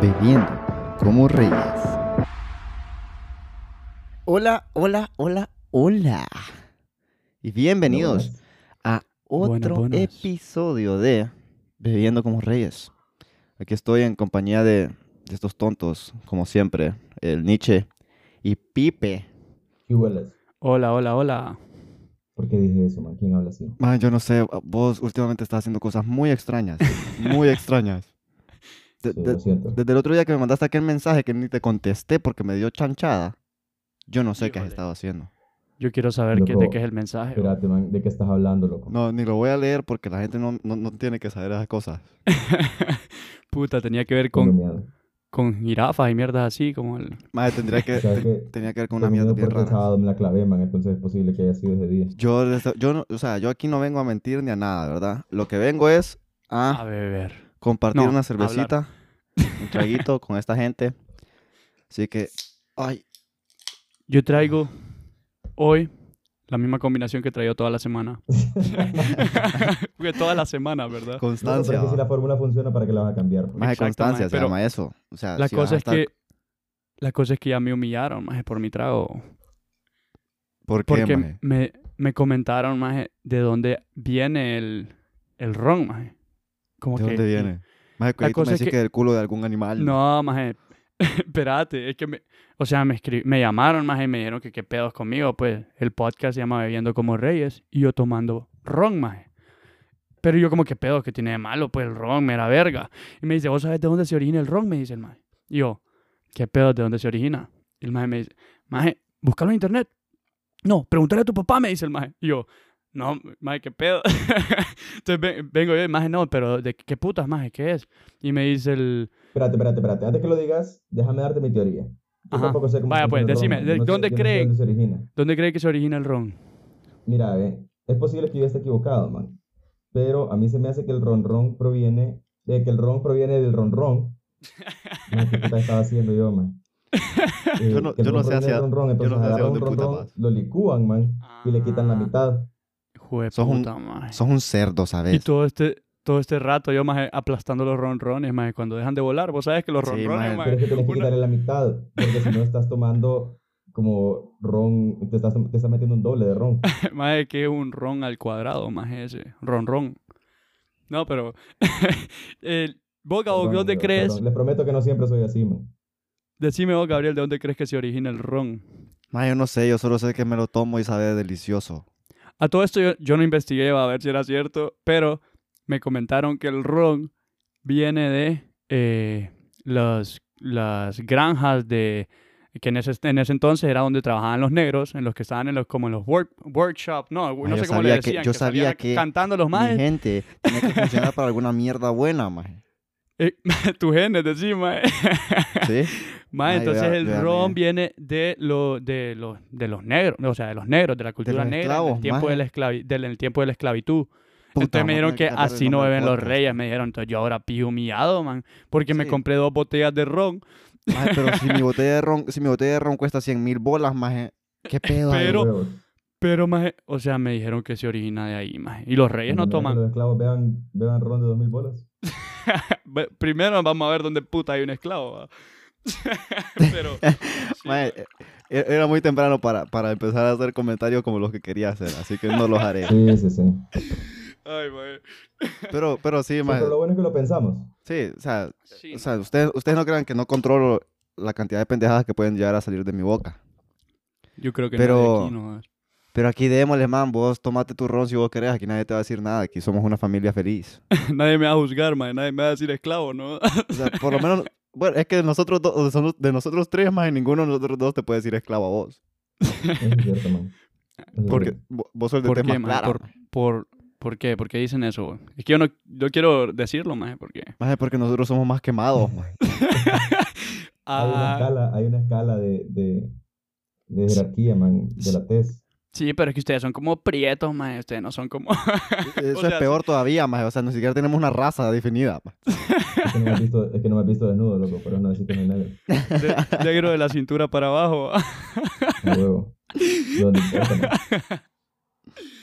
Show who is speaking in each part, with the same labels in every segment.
Speaker 1: bebiendo como reyes. Hola, hola, hola, hola. Y bienvenidos
Speaker 2: Buenas.
Speaker 1: a otro
Speaker 2: Buenas, buenas.
Speaker 1: episodio de Bebiendo como Reyes. Aquí estoy en compañía de, de estos tontos, como siempre, el Nietzsche y Pipe.
Speaker 3: ¿Qué hueles?
Speaker 2: Hola, hola, hola.
Speaker 3: ¿Por qué dije eso, man? ¿Quién habla así?
Speaker 1: Man, yo no sé, vos últimamente estás haciendo cosas muy extrañas, muy extrañas. De-
Speaker 3: Sí,
Speaker 1: de-
Speaker 3: lo siento.
Speaker 1: desde el otro día que me mandaste aquel mensaje que ni te contesté porque me dio chanchada, yo no sé qué has
Speaker 2: Híjole.
Speaker 1: estado haciendo.
Speaker 2: Yo quiero saber qué, de
Speaker 3: Loco,
Speaker 2: qué es el mensaje. bro.
Speaker 3: Espérate, man, ¿de qué estás hablando, loco?
Speaker 1: No, ni lo voy a leer porque la gente no, no- no tiene que saber esas cosas.
Speaker 2: Puta, tenía que ver
Speaker 3: Tengo
Speaker 2: con,
Speaker 3: miedo.
Speaker 2: con jirafas y mierdas así, como el...
Speaker 1: Madre, tendría que, te-
Speaker 3: ¿Sabes qué?
Speaker 1: tenía que ver con
Speaker 3: Tengo
Speaker 1: una mierda
Speaker 3: miedo
Speaker 1: bien
Speaker 3: porque el
Speaker 1: rara.
Speaker 3: sábado me la clavé, man, entonces es posible que haya sido ese día.
Speaker 1: Yo, les- yo, no- o sea, yo aquí no vengo a mentir ni a nada, ¿verdad? Lo que vengo es
Speaker 2: A
Speaker 1: a
Speaker 2: beber.
Speaker 1: compartir
Speaker 2: Ah, no,
Speaker 1: una
Speaker 2: hablar.
Speaker 1: cervecita, un traguito con esta gente. Así que,
Speaker 2: Ah,
Speaker 1: ay,
Speaker 2: Yo traigo hoy la misma combinación que traído toda la semana. Porque toda la semana, ¿verdad?
Speaker 3: No,
Speaker 1: constancia.
Speaker 3: pero es que si
Speaker 1: va.
Speaker 3: la fórmula funciona, ¿para que la vas a cambiar?
Speaker 1: Más de
Speaker 2: Exacto,
Speaker 1: constancia
Speaker 2: maje,
Speaker 1: se
Speaker 2: pero
Speaker 1: llama eso. O sea,
Speaker 2: la
Speaker 1: si vas
Speaker 2: cosa
Speaker 1: a
Speaker 2: es
Speaker 1: estar-
Speaker 2: que... La cosa es que ya me humillaron, más por mi trago.
Speaker 1: ¿Por qué,
Speaker 2: Porque
Speaker 1: maje?
Speaker 2: me, me comentaron, más de dónde viene el, el ron, más Como
Speaker 1: ¿De
Speaker 2: que,
Speaker 1: dónde viene? Maje, cuidadito
Speaker 2: cosa
Speaker 1: me
Speaker 2: es
Speaker 1: decís que...
Speaker 2: que-
Speaker 1: del culo de algún animal.
Speaker 2: No, maje. Espérate, es que me. O sea, me, escri- me llamaron, maje, y me dijeron que qué pedos conmigo. Pues el podcast se llama Bebiendo como Reyes y yo tomando ron, maje. Pero yo, como, ¿qué pedos que tiene de malo? Pues el ron, mera verga. Y me dice, ¿vos sabés de dónde se origina el ron? Me dice el maje. Y yo, ¿qué pedos de dónde se origina? Y el maje me dice, maje, búscalo en internet. No, pregúntale a tu papá, me dice el maje. Y yo, no, maje, ¿qué pedo? Entonces ven- vengo yo, y, maje, no, pero ¿de qué putas, maje? ¿Qué es? Y me dice el.
Speaker 3: Espérate, espérate, espérate. Antes que lo digas, déjame darte mi teoría. Yo
Speaker 2: Ajá.
Speaker 3: tampoco sé cómo
Speaker 2: Vaya, pues,
Speaker 3: funciona el
Speaker 2: decime,
Speaker 3: ron,
Speaker 2: ¿de
Speaker 3: no sé- yo
Speaker 2: dónde
Speaker 3: no sé
Speaker 2: cree?
Speaker 3: ¿Dónde se origina?
Speaker 2: ¿Dónde cree que se origina el ron?
Speaker 3: Mira, ve, es posible que yo esté equivocado, man. Pero a mí se me hace que el ronrón proviene... De que el ron proviene del ronrón. Man, ¿Qué puta estaba haciendo yo, man? Eh,
Speaker 1: Yo no-
Speaker 3: que el
Speaker 1: yo no
Speaker 3: ron
Speaker 1: sé
Speaker 3: proviene del
Speaker 1: hacia-
Speaker 3: ronrón, entonces
Speaker 1: sé hacia
Speaker 3: agarran
Speaker 1: dónde
Speaker 3: un
Speaker 1: puta
Speaker 3: ronrón,
Speaker 1: vas.
Speaker 3: lo licúan, man, y le
Speaker 2: Ah.
Speaker 3: quitan la mitad.
Speaker 2: Jue
Speaker 1: Ah. Sos un-
Speaker 2: puta, maje.
Speaker 1: Sos un cerdo,
Speaker 2: Y
Speaker 1: ¿sabes?
Speaker 2: todo este, todo este rato yo, maje, aplastando los ronrones, maje, cuando dejan de volar. Vos sabés que los
Speaker 1: Sí,
Speaker 2: ronrones,
Speaker 1: maje.
Speaker 3: Pero es que
Speaker 2: maje,
Speaker 3: tenés que
Speaker 2: una-
Speaker 3: quitarle la mitad, porque si no estás tomando como ron, te estás, te estás metiendo un doble de ron.
Speaker 2: maje, que es un ron al cuadrado, maje, ese. Ronron. No, pero... el, vos, Gabo,
Speaker 3: Perdón,
Speaker 2: ¿dónde
Speaker 3: amigo,
Speaker 2: crees?
Speaker 3: perdón. Les prometo que no siempre soy así, man.
Speaker 2: Decime vos, Gabriel, ¿de dónde crees que se origina el ron?
Speaker 1: Maje, yo no sé, yo solo sé que me lo tomo y sabe delicioso.
Speaker 2: A todo esto yo, yo no investigué a ver si era cierto, pero me comentaron que el ron viene de eh, las- las granjas de que en ese, en ese entonces era donde trabajaban los negros, en los que estaban en los como en los work, workshops, no, no
Speaker 1: Ah, yo
Speaker 2: sé cómo
Speaker 1: sabía
Speaker 2: le
Speaker 1: que-
Speaker 2: decían,
Speaker 1: yo
Speaker 2: que salían
Speaker 1: sabía que
Speaker 2: cantando los
Speaker 1: Mi
Speaker 2: más
Speaker 1: gente tiene que funcionar para alguna mierda buena, maje.
Speaker 2: tus genes decimos.
Speaker 1: ¿Sí?
Speaker 2: Mae,
Speaker 1: Ah, yo
Speaker 2: entonces
Speaker 1: Ah, ya-
Speaker 2: el
Speaker 1: yo ya
Speaker 2: ron
Speaker 1: me-
Speaker 2: viene de, lo, de, los de los negros, o sea, de los negros, de la cultura
Speaker 1: los
Speaker 2: negra, en,
Speaker 1: esclavos,
Speaker 2: el tiempo
Speaker 1: mae.
Speaker 2: de la esclavi- del- en el tiempo de la esclavitud.
Speaker 1: Puta,
Speaker 2: entonces
Speaker 1: vamos
Speaker 2: me
Speaker 1: a
Speaker 2: dijeron
Speaker 1: tener que
Speaker 2: que
Speaker 1: cambiar el
Speaker 2: así no
Speaker 1: nombre del
Speaker 2: beben los
Speaker 1: podcast.
Speaker 2: reyes, me dijeron. Entonces yo ahora pido humillado, man, porque me
Speaker 1: Sí.
Speaker 2: compré dos botellas de ron,
Speaker 1: Maje, pero si mi botella de ron, si mi botella de ron cuesta 100 mil bolas, maje, ¿qué pedo hay?
Speaker 2: Pero-
Speaker 3: Huevos.
Speaker 2: pero más, o sea, me dijeron que se origina de ahí, más. Y los reyes
Speaker 3: Cuando
Speaker 2: no
Speaker 3: me dejan
Speaker 2: toman.
Speaker 3: Los esclavos beban, beban ron de 2000 bolas.
Speaker 2: Ve- Primero vamos a ver dónde puta hay un esclavo. va. pero sí,
Speaker 1: Maje, eh, era muy temprano para, para empezar a hacer comentarios como los que quería hacer, así que no los haré.
Speaker 3: Sí, sí, sí.
Speaker 2: ay, mae.
Speaker 1: Pero, pero sí, maje,
Speaker 3: Pero lo bueno es que lo pensamos.
Speaker 1: sí, o sea,
Speaker 2: Sí,
Speaker 1: o sea, ustedes, ustedes no crean que no controlo la cantidad de pendejadas que pueden llegar a salir de mi boca.
Speaker 2: yo creo que
Speaker 1: pero-
Speaker 2: pero... aquí no.
Speaker 1: Pero aquí démosle, man, vos tomate tu ron si vos querés, aquí nadie te va a decir nada, aquí somos una familia feliz.
Speaker 2: Nadie me va a juzgar, mae, nadie me va a decir esclavo, ¿no?
Speaker 1: O sea, por lo menos, bueno, es que de nosotros, dos- de son- de nosotros tres, más de ninguno de nosotros dos te puede decir esclavo a vos.
Speaker 3: Eso es cierto, man. Eso es
Speaker 1: Porque
Speaker 3: cierto.
Speaker 1: vo- vos sos de
Speaker 2: ¿Por
Speaker 1: tema
Speaker 2: qué, maje?
Speaker 1: clara.
Speaker 2: ¿Por, por, por qué? ¿Por qué dicen eso? güey? Es que yo no, yo quiero decirlo, maje, porque...
Speaker 1: Maje, porque nosotros somos más quemados. maje.
Speaker 3: Hay una
Speaker 2: Ah.
Speaker 3: escala, hay una escala de, de, de jerarquía, man, de la tez.
Speaker 2: sí, pero es que ustedes son como prietos, maje. Ustedes no son como...
Speaker 1: E, Eso
Speaker 2: sea,
Speaker 1: es peor todavía, más. O sea, ni siquiera tenemos una raza definida. maje.
Speaker 3: Es que no me has visto, es que no me has visto desnudo, loco, pero no decirte no hay nadie.
Speaker 2: de- negro de la cintura para abajo.
Speaker 3: A huevo. No, no importa, man.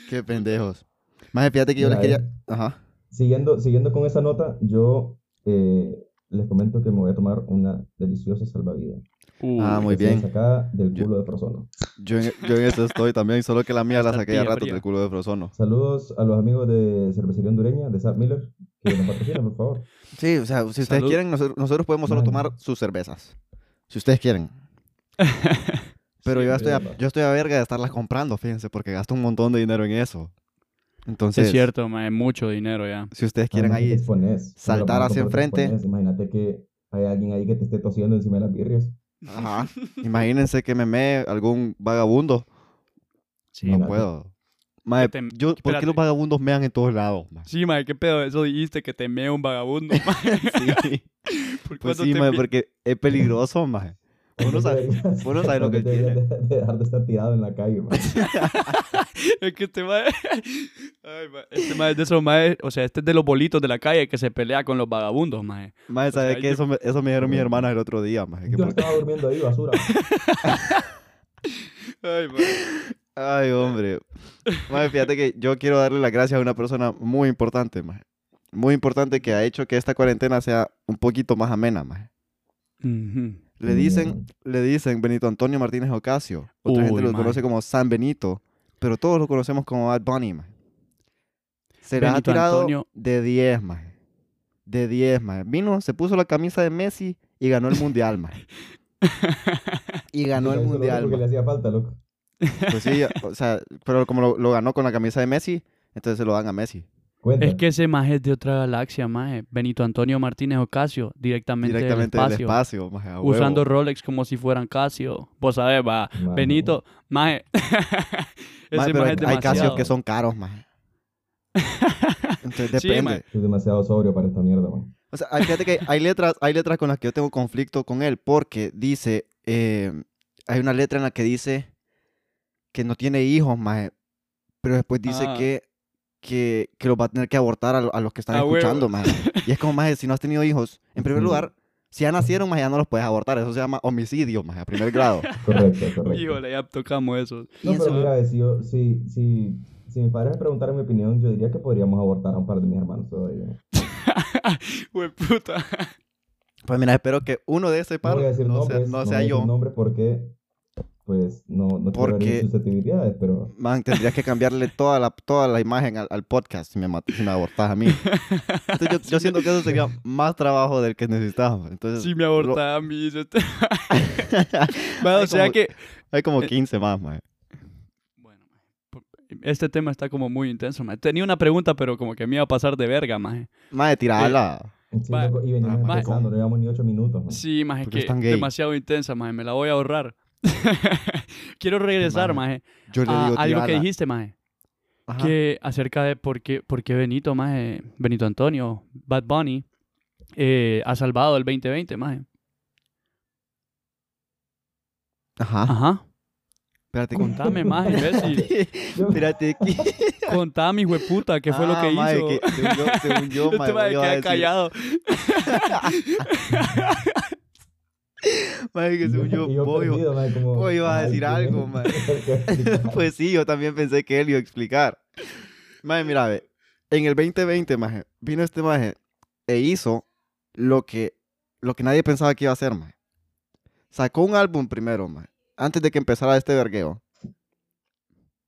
Speaker 1: Qué pendejos. Más fíjate que yo les
Speaker 2: E.
Speaker 3: Mira,
Speaker 1: quería.
Speaker 3: eh,
Speaker 1: Ajá.
Speaker 3: Siguiendo, siguiendo con esa nota, yo eh, les comento que me voy a tomar una deliciosa salvavidas.
Speaker 2: Uh,
Speaker 1: Ah, muy
Speaker 3: Recién
Speaker 1: bien.
Speaker 3: Sacada del
Speaker 1: Yo-
Speaker 3: culo de Frozono.
Speaker 1: Yo en, yo en eso estoy también, solo que la mía la
Speaker 2: Hasta el
Speaker 1: saqué a
Speaker 2: pie
Speaker 1: rato
Speaker 2: frío.
Speaker 1: del culo de Frozono.
Speaker 3: Saludos a los amigos de Cervecería Hondureña, de Sam Miller, que nos patrocinan, por favor.
Speaker 1: Sí, o sea, si ustedes
Speaker 2: Salud.
Speaker 1: quieren, nosotros, nosotros podemos solo
Speaker 3: Bueno.
Speaker 1: tomar sus cervezas. Si ustedes quieren. Pero yo, estoy
Speaker 3: pero-
Speaker 1: a, yo estoy a verga de estarlas comprando, fíjense, porque gasto un montón de dinero en eso.
Speaker 2: Sí,
Speaker 1: Entonces,
Speaker 2: es cierto, mae, mucho dinero ya.
Speaker 1: si ustedes quieren
Speaker 3: Además que te
Speaker 1: ahí,
Speaker 3: expones, te
Speaker 1: saltar
Speaker 3: lo mando
Speaker 1: hacia
Speaker 3: porque te
Speaker 1: enfrente.
Speaker 3: expones. Imagínate que hay alguien ahí que te esté tosiendo encima de las birrias.
Speaker 1: ajá, imagínense que me mee algún vagabundo.
Speaker 2: Sí,
Speaker 1: no
Speaker 3: Imagínate.
Speaker 1: puedo. Mae,
Speaker 2: te-
Speaker 1: yo, ¿por qué
Speaker 2: espérate.
Speaker 1: los vagabundos mean en todos lados? mae?
Speaker 2: Sí, mae, qué pedo, eso dijiste que te mea un vagabundo, mae.
Speaker 1: Sí, pues
Speaker 2: ¿Por cuánto
Speaker 1: sí,
Speaker 2: te
Speaker 1: mae,
Speaker 2: mea?
Speaker 1: porque es peligroso, mae. Vos no sabes-
Speaker 3: Deberías-
Speaker 1: vos no sabes lo que
Speaker 3: deberías de- de dejar de estar tirado en la calle, man.
Speaker 2: Es que este mae... Ay, mae, Este mae es de esos mae... O sea, este es de los bolitos de la calle que se pelea con los vagabundos, mae.
Speaker 1: Mae,
Speaker 2: sea,
Speaker 1: ¿sabes qué?
Speaker 2: yo-
Speaker 1: Eso me, eso me dijeron mis hermanas el otro día, mae. que
Speaker 3: Yo
Speaker 1: por-
Speaker 3: estaba durmiendo ahí, basura.
Speaker 2: Ay, mae.
Speaker 1: Ay, hombre. Mae, fíjate que yo quiero darle las gracias a una persona muy importante, mae. Muy importante que ha hecho que esta cuarentena sea un poquito más amena, mae.
Speaker 2: Ujú.
Speaker 1: Le
Speaker 3: Mm.
Speaker 1: dicen, le dicen Benito Antonio Martínez Ocasio. Otra gente
Speaker 2: Uy,
Speaker 1: lo
Speaker 2: mae.
Speaker 1: conoce como San Benito, pero todos lo conocemos como Bad Bunny, mae. Se las ha
Speaker 2: Benito
Speaker 1: tirado
Speaker 2: Antonio.
Speaker 1: de 10, mae. De 10, mae. Vino, se puso la camisa de Messi y ganó el Mundial, mae. Y ganó el
Speaker 3: Eso es lo
Speaker 1: Mundial,
Speaker 3: único que
Speaker 1: mae.
Speaker 3: le hacía falta, loco.
Speaker 1: Pues sí, o sea, pero como lo, lo ganó con la camisa de Messi, entonces se lo dan a Messi.
Speaker 3: Cuenta.
Speaker 2: Es que ese maje es de otra galaxia, maje. Benito Antonio Martínez Ocasio, directamente, del
Speaker 1: Directamente del
Speaker 2: espacio.
Speaker 1: espacio, maje, a huevo.
Speaker 2: Usando Rolex como si fueran Casio. Vos sabés, va.
Speaker 3: Mano.
Speaker 2: Benito, maje.
Speaker 1: Maje,
Speaker 2: ese
Speaker 1: pero
Speaker 2: maje
Speaker 1: hay,
Speaker 2: es
Speaker 1: hay Casios
Speaker 2: demasiado.
Speaker 1: que son caros, maje. Entonces
Speaker 2: Sí,
Speaker 1: depende.
Speaker 2: maje.
Speaker 3: Estoy demasiado sobrio para esta mierda, man.
Speaker 1: o sea, hay- fíjate que hay letras, hay letras con las que yo tengo conflicto con él porque dice, eh, hay una letra en la que dice que no tiene hijos, maje, pero después dice
Speaker 2: Ah.
Speaker 1: que, que, que los va a tener que abortar a, lo- a los que están
Speaker 2: A huevo.
Speaker 1: escuchando, maje. Y es como, maje, si no has tenido hijos, en primer
Speaker 3: Sí.
Speaker 1: lugar, si ya nacieron, maje, ya no los puedes abortar. Eso se llama homicidio, maje, a primer grado.
Speaker 3: Correcto, correcto.
Speaker 2: Híjole, ya tocamos eso.
Speaker 3: No,
Speaker 1: Pienso-
Speaker 3: pero mira, si, yo, si, si, si mis padres me preguntaran mi opinión, yo diría que podríamos abortar a un par de mis hermanos todavía.
Speaker 2: Hue puta.
Speaker 1: Pues mira, espero que uno de ese
Speaker 3: No
Speaker 1: par
Speaker 3: voy a
Speaker 1: no
Speaker 3: decir
Speaker 1: sea,
Speaker 3: nombres,
Speaker 1: no
Speaker 3: no
Speaker 1: sea
Speaker 3: voy a
Speaker 1: yo.
Speaker 3: decir nombres porque, pues, no, no quiero
Speaker 1: Porque-
Speaker 3: abrir susceptibilidades, pero...
Speaker 1: Man, tendrías que cambiarle toda la, toda la imagen al, al podcast si me, mat- si me abortás a mí. Entonces yo, yo siento que eso sería más trabajo del que necesitábamos. Entonces
Speaker 2: Si me abortaba a mí. yo te- Mae,
Speaker 1: este. Ay,
Speaker 2: o sea
Speaker 1: como-
Speaker 2: que...
Speaker 1: hay como
Speaker 2: Eh.
Speaker 1: 15 más, man.
Speaker 2: Bueno, maje, por- este tema está como muy intenso, maje. Tenía una pregunta, pero como que me iba a pasar de verga, maje.
Speaker 1: Más de tirarla.
Speaker 3: Sí,
Speaker 2: Va-
Speaker 3: loco, y venimos
Speaker 1: va-
Speaker 3: empezando, no llevamos ni ocho minutos. man.
Speaker 2: Sí, maje,
Speaker 1: Porque
Speaker 2: que
Speaker 1: es tan gay.
Speaker 2: demasiado intensa, maje. Me la voy a ahorrar. Quiero regresar,
Speaker 1: Maje,
Speaker 2: maje,
Speaker 1: Yo Pues le
Speaker 2: a
Speaker 1: digo
Speaker 2: ah, algo que
Speaker 1: tirala.
Speaker 2: dijiste, maje.
Speaker 1: Ajá.
Speaker 2: que acerca de por qué, por qué Benito, maje, Benito Antonio, Bad Bunny, eh, ha salvado el 2020, maje.
Speaker 1: Ajá.
Speaker 2: Ajá.
Speaker 1: Espérate. que-
Speaker 2: Contame, maje, imbécil.
Speaker 3: Yo-
Speaker 1: Espérate. que-
Speaker 2: Contame, hijo de puta, qué fue lo
Speaker 1: Ah,
Speaker 2: que
Speaker 1: maje,
Speaker 2: hizo.
Speaker 1: que según yo, según yo,
Speaker 2: Este
Speaker 1: maje,
Speaker 2: maje
Speaker 1: yo iba a
Speaker 2: queda
Speaker 1: decir-
Speaker 2: callado.
Speaker 1: maje, que según yo,
Speaker 3: y yo
Speaker 1: voy-
Speaker 3: perdido, man, como,
Speaker 1: vos ibas a
Speaker 3: ay,
Speaker 1: decir
Speaker 3: ¿qué-
Speaker 1: algo, man. pues sí, yo también pensé que él iba a explicar. Maje, mira, ve, en el 2020, maje, vino este maje e hizo lo que, lo que nadie pensaba que iba a hacer, maje. Sacó un álbum primero, maje, antes de que empezara este vergueo.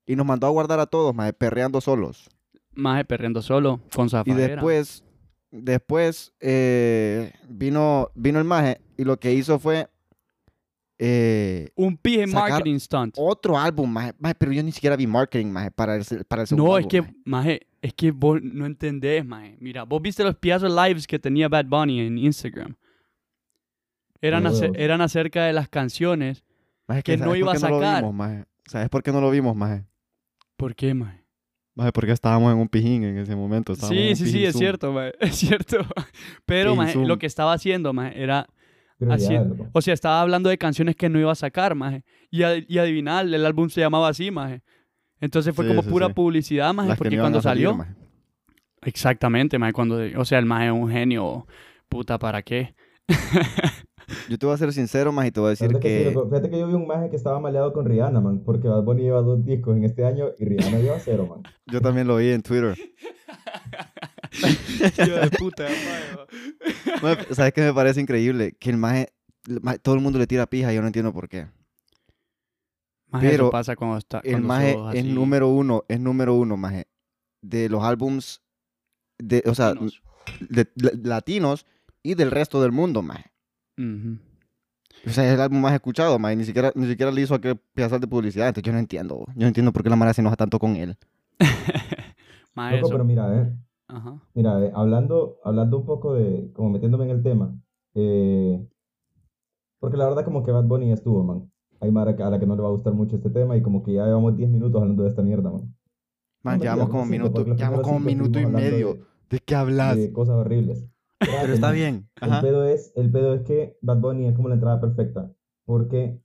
Speaker 1: Y nos mandó a guardar a todos, maje, perreando solos.
Speaker 2: Maje perreando solo, con
Speaker 1: Y
Speaker 2: zafadera.
Speaker 1: después, después eh, vino, vino el maje y lo que hizo fue... eh,
Speaker 2: Un pije
Speaker 1: Sacar-
Speaker 2: marketing stunt.
Speaker 1: otro álbum, maje, Maje, pero yo ni siquiera vi marketing, maje, para el, se- para el segundo
Speaker 2: No, es
Speaker 1: álbum,
Speaker 2: que,
Speaker 1: maje.
Speaker 2: maje, es que vos no entendés, maje. Mira, vos viste los piazos lives que tenía Bad Bunny en Instagram. Eran,
Speaker 3: No,
Speaker 2: ace-
Speaker 3: huevos.
Speaker 2: eran acerca de las canciones.
Speaker 1: Maje,
Speaker 2: que no
Speaker 1: ¿sabes por
Speaker 2: iba a
Speaker 1: qué lo
Speaker 2: sacar.
Speaker 1: vimos, maje? ¿Sabes por qué no lo vimos, maje?
Speaker 2: ¿Por qué, maje?
Speaker 1: Maje, porque estábamos en un pijín en ese momento. estábamos en
Speaker 2: Sí,
Speaker 1: un
Speaker 2: sí,
Speaker 1: pijín
Speaker 2: sí, es
Speaker 1: Zoom.
Speaker 2: cierto, maje, es cierto. Pero,
Speaker 1: Sí,
Speaker 2: maje,
Speaker 1: Zoom.
Speaker 2: lo que estaba haciendo, maje, era...
Speaker 3: Pero ya,
Speaker 2: haciendo-
Speaker 3: loco.
Speaker 2: o sea, estaba hablando de canciones que no iba a sacar, maje. Y, ad- y adivinar, el álbum se llamaba así, maje. Entonces fue
Speaker 1: Sí,
Speaker 2: como
Speaker 1: sí,
Speaker 2: pura
Speaker 1: sí.
Speaker 2: publicidad, maje,
Speaker 1: Las que no
Speaker 2: porque
Speaker 1: iban
Speaker 2: cuando
Speaker 1: a salir,
Speaker 2: salió...
Speaker 1: maje.
Speaker 2: Exactamente, maje, cuando... O sea, el maje es un genio. Puta, ¿para qué?
Speaker 1: Yo te voy a ser sincero, maje, y te voy a decir
Speaker 3: Fíjate que sí,
Speaker 1: que...
Speaker 3: loco. Fíjate que yo vi un maje que estaba maleado con Rihanna, man, porque Bad Bunny lleva dos discos en este año y Rihanna lleva cero, man.
Speaker 1: Yo también lo vi en Twitter.
Speaker 2: Hijo de puta, maje,
Speaker 1: Mae, ¿Sabes qué me parece increíble? Que el maje, el maje- todo el mundo le tira pija, yo no entiendo por qué.
Speaker 2: Maje,
Speaker 1: Pero
Speaker 2: eso pasa cuando está.
Speaker 1: El
Speaker 2: cuando
Speaker 1: maje
Speaker 2: sos
Speaker 1: es
Speaker 2: así,
Speaker 1: número uno, es número uno, maje. De los álbums, de, o sea,
Speaker 2: menos.
Speaker 1: de- de- latinos y del resto del mundo, maje.
Speaker 2: Ujú.
Speaker 1: O sea, es el álbum más escuchado, maje. Ni siquiera, ni siquiera le hizo aquel pedazal de publicidad. Entonces yo no entiendo. Yo no entiendo por qué la mara se enoja tanto con él.
Speaker 2: Maje,
Speaker 3: Loco,
Speaker 2: Ah, eso-
Speaker 3: pero mira, a ver.
Speaker 2: Ajá.
Speaker 3: Mira, eh, hablando, hablando un poco de, como metiéndome en el tema, eh, porque la verdad como que Bad Bunny ya estuvo, man. Hay Mara que- a la que no le va a gustar mucho este tema y como que ya llevamos 10 minutos hablando de esta mierda, man.
Speaker 1: Man,
Speaker 3: No, mentira,
Speaker 1: llevamos
Speaker 3: no
Speaker 1: como un
Speaker 3: siento,
Speaker 1: minuto,
Speaker 3: porque los
Speaker 1: llevamos
Speaker 3: primeros
Speaker 1: como un
Speaker 3: cinco
Speaker 1: minuto y
Speaker 3: estuvimos
Speaker 1: medio.
Speaker 3: hablando
Speaker 1: ¿De qué
Speaker 3: de-
Speaker 1: hablas?
Speaker 3: de cosas horribles.
Speaker 1: Pero
Speaker 3: Espérate,
Speaker 1: está
Speaker 3: man.
Speaker 1: bien.
Speaker 3: El
Speaker 1: Ajá.
Speaker 3: pedo, es, el pedo es que Bad Bunny es como la entrada perfecta, porque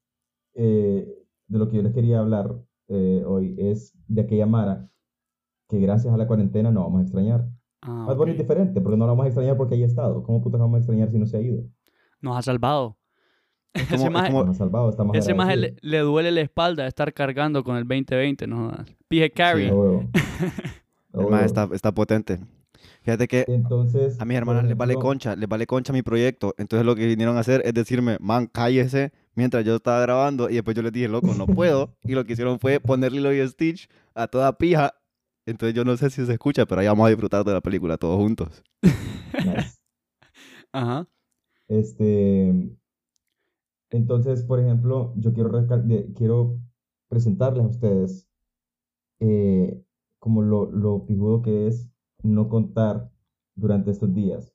Speaker 3: eh, de lo que yo les quería hablar eh, hoy es de aquella Mara que gracias a la cuarentena no vamos a extrañar.
Speaker 2: Ah,
Speaker 3: Bad Bunny es
Speaker 2: ok.
Speaker 3: diferente, porque no lo vamos a extrañar porque haya estado. ¿Cómo putas vamos a extrañar si no se ha ido?
Speaker 2: Nos ha salvado.
Speaker 1: como-
Speaker 2: ese
Speaker 1: es
Speaker 2: maje,
Speaker 1: como-
Speaker 3: Nos ha salvado, estamos
Speaker 2: ese maje le,
Speaker 3: agradecidos.
Speaker 2: le duele la espalda de estar cargando con el 2020, no jodas. Pije
Speaker 3: Sí,
Speaker 2: Carry.
Speaker 3: a huevo. A
Speaker 1: El
Speaker 3: huevo.
Speaker 1: maje está, está potente. Fíjate que
Speaker 3: Entonces,
Speaker 1: a mis
Speaker 3: por
Speaker 1: hermanas les vale
Speaker 3: ejemplo,
Speaker 1: concha, les vale concha mi proyecto. Entonces lo que vinieron a hacer es decirme, man, cállese, mientras yo estaba grabando. Y después yo les dije, loco, no puedo. y lo que hicieron fue ponerle Lilo y Stitch a toda pija. Entonces yo no sé si se escucha, pero ahí vamos a disfrutar de la película todos juntos.
Speaker 3: nice.
Speaker 2: Ajá.
Speaker 3: Este, entonces, por ejemplo, yo quiero, resca- de- quiero presentarles a ustedes eh, como lo, lo pijudo que es no contar durante estos días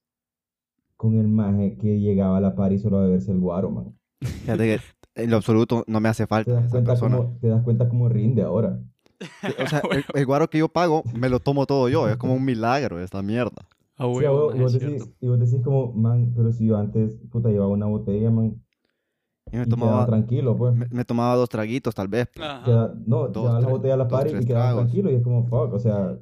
Speaker 3: con el maje que llegaba a la par y solo a beberse el guaro, man.
Speaker 1: Fíjate que en lo absoluto no me hace
Speaker 3: Te
Speaker 1: falta
Speaker 3: das
Speaker 1: esa
Speaker 3: cuenta
Speaker 1: persona.
Speaker 3: cómo, te das cuenta cómo rinde ahora.
Speaker 1: O sea, el, el guaro que yo pago, me lo tomo todo yo. Es como un milagro esta mierda.
Speaker 2: A
Speaker 3: Sí,
Speaker 2: huevo,
Speaker 3: a huevo,
Speaker 2: maje,
Speaker 3: y, vos
Speaker 2: Ah, es cierto.
Speaker 3: decís, y vos decís como, man, pero si yo antes, puta, llevaba una botella, man,
Speaker 1: Y me
Speaker 3: y quedaba
Speaker 1: tomaba,
Speaker 3: tranquilo, pues.
Speaker 1: me, me tomaba dos traguitos tal vez.
Speaker 2: Ajá.
Speaker 3: Queda- no,
Speaker 1: Dos,
Speaker 3: llevaba la
Speaker 1: tres-
Speaker 3: botella a la
Speaker 1: dos,
Speaker 3: par y
Speaker 1: tres
Speaker 3: quedaba
Speaker 1: tragos.
Speaker 3: tranquilo, y es como, fuck, o sea,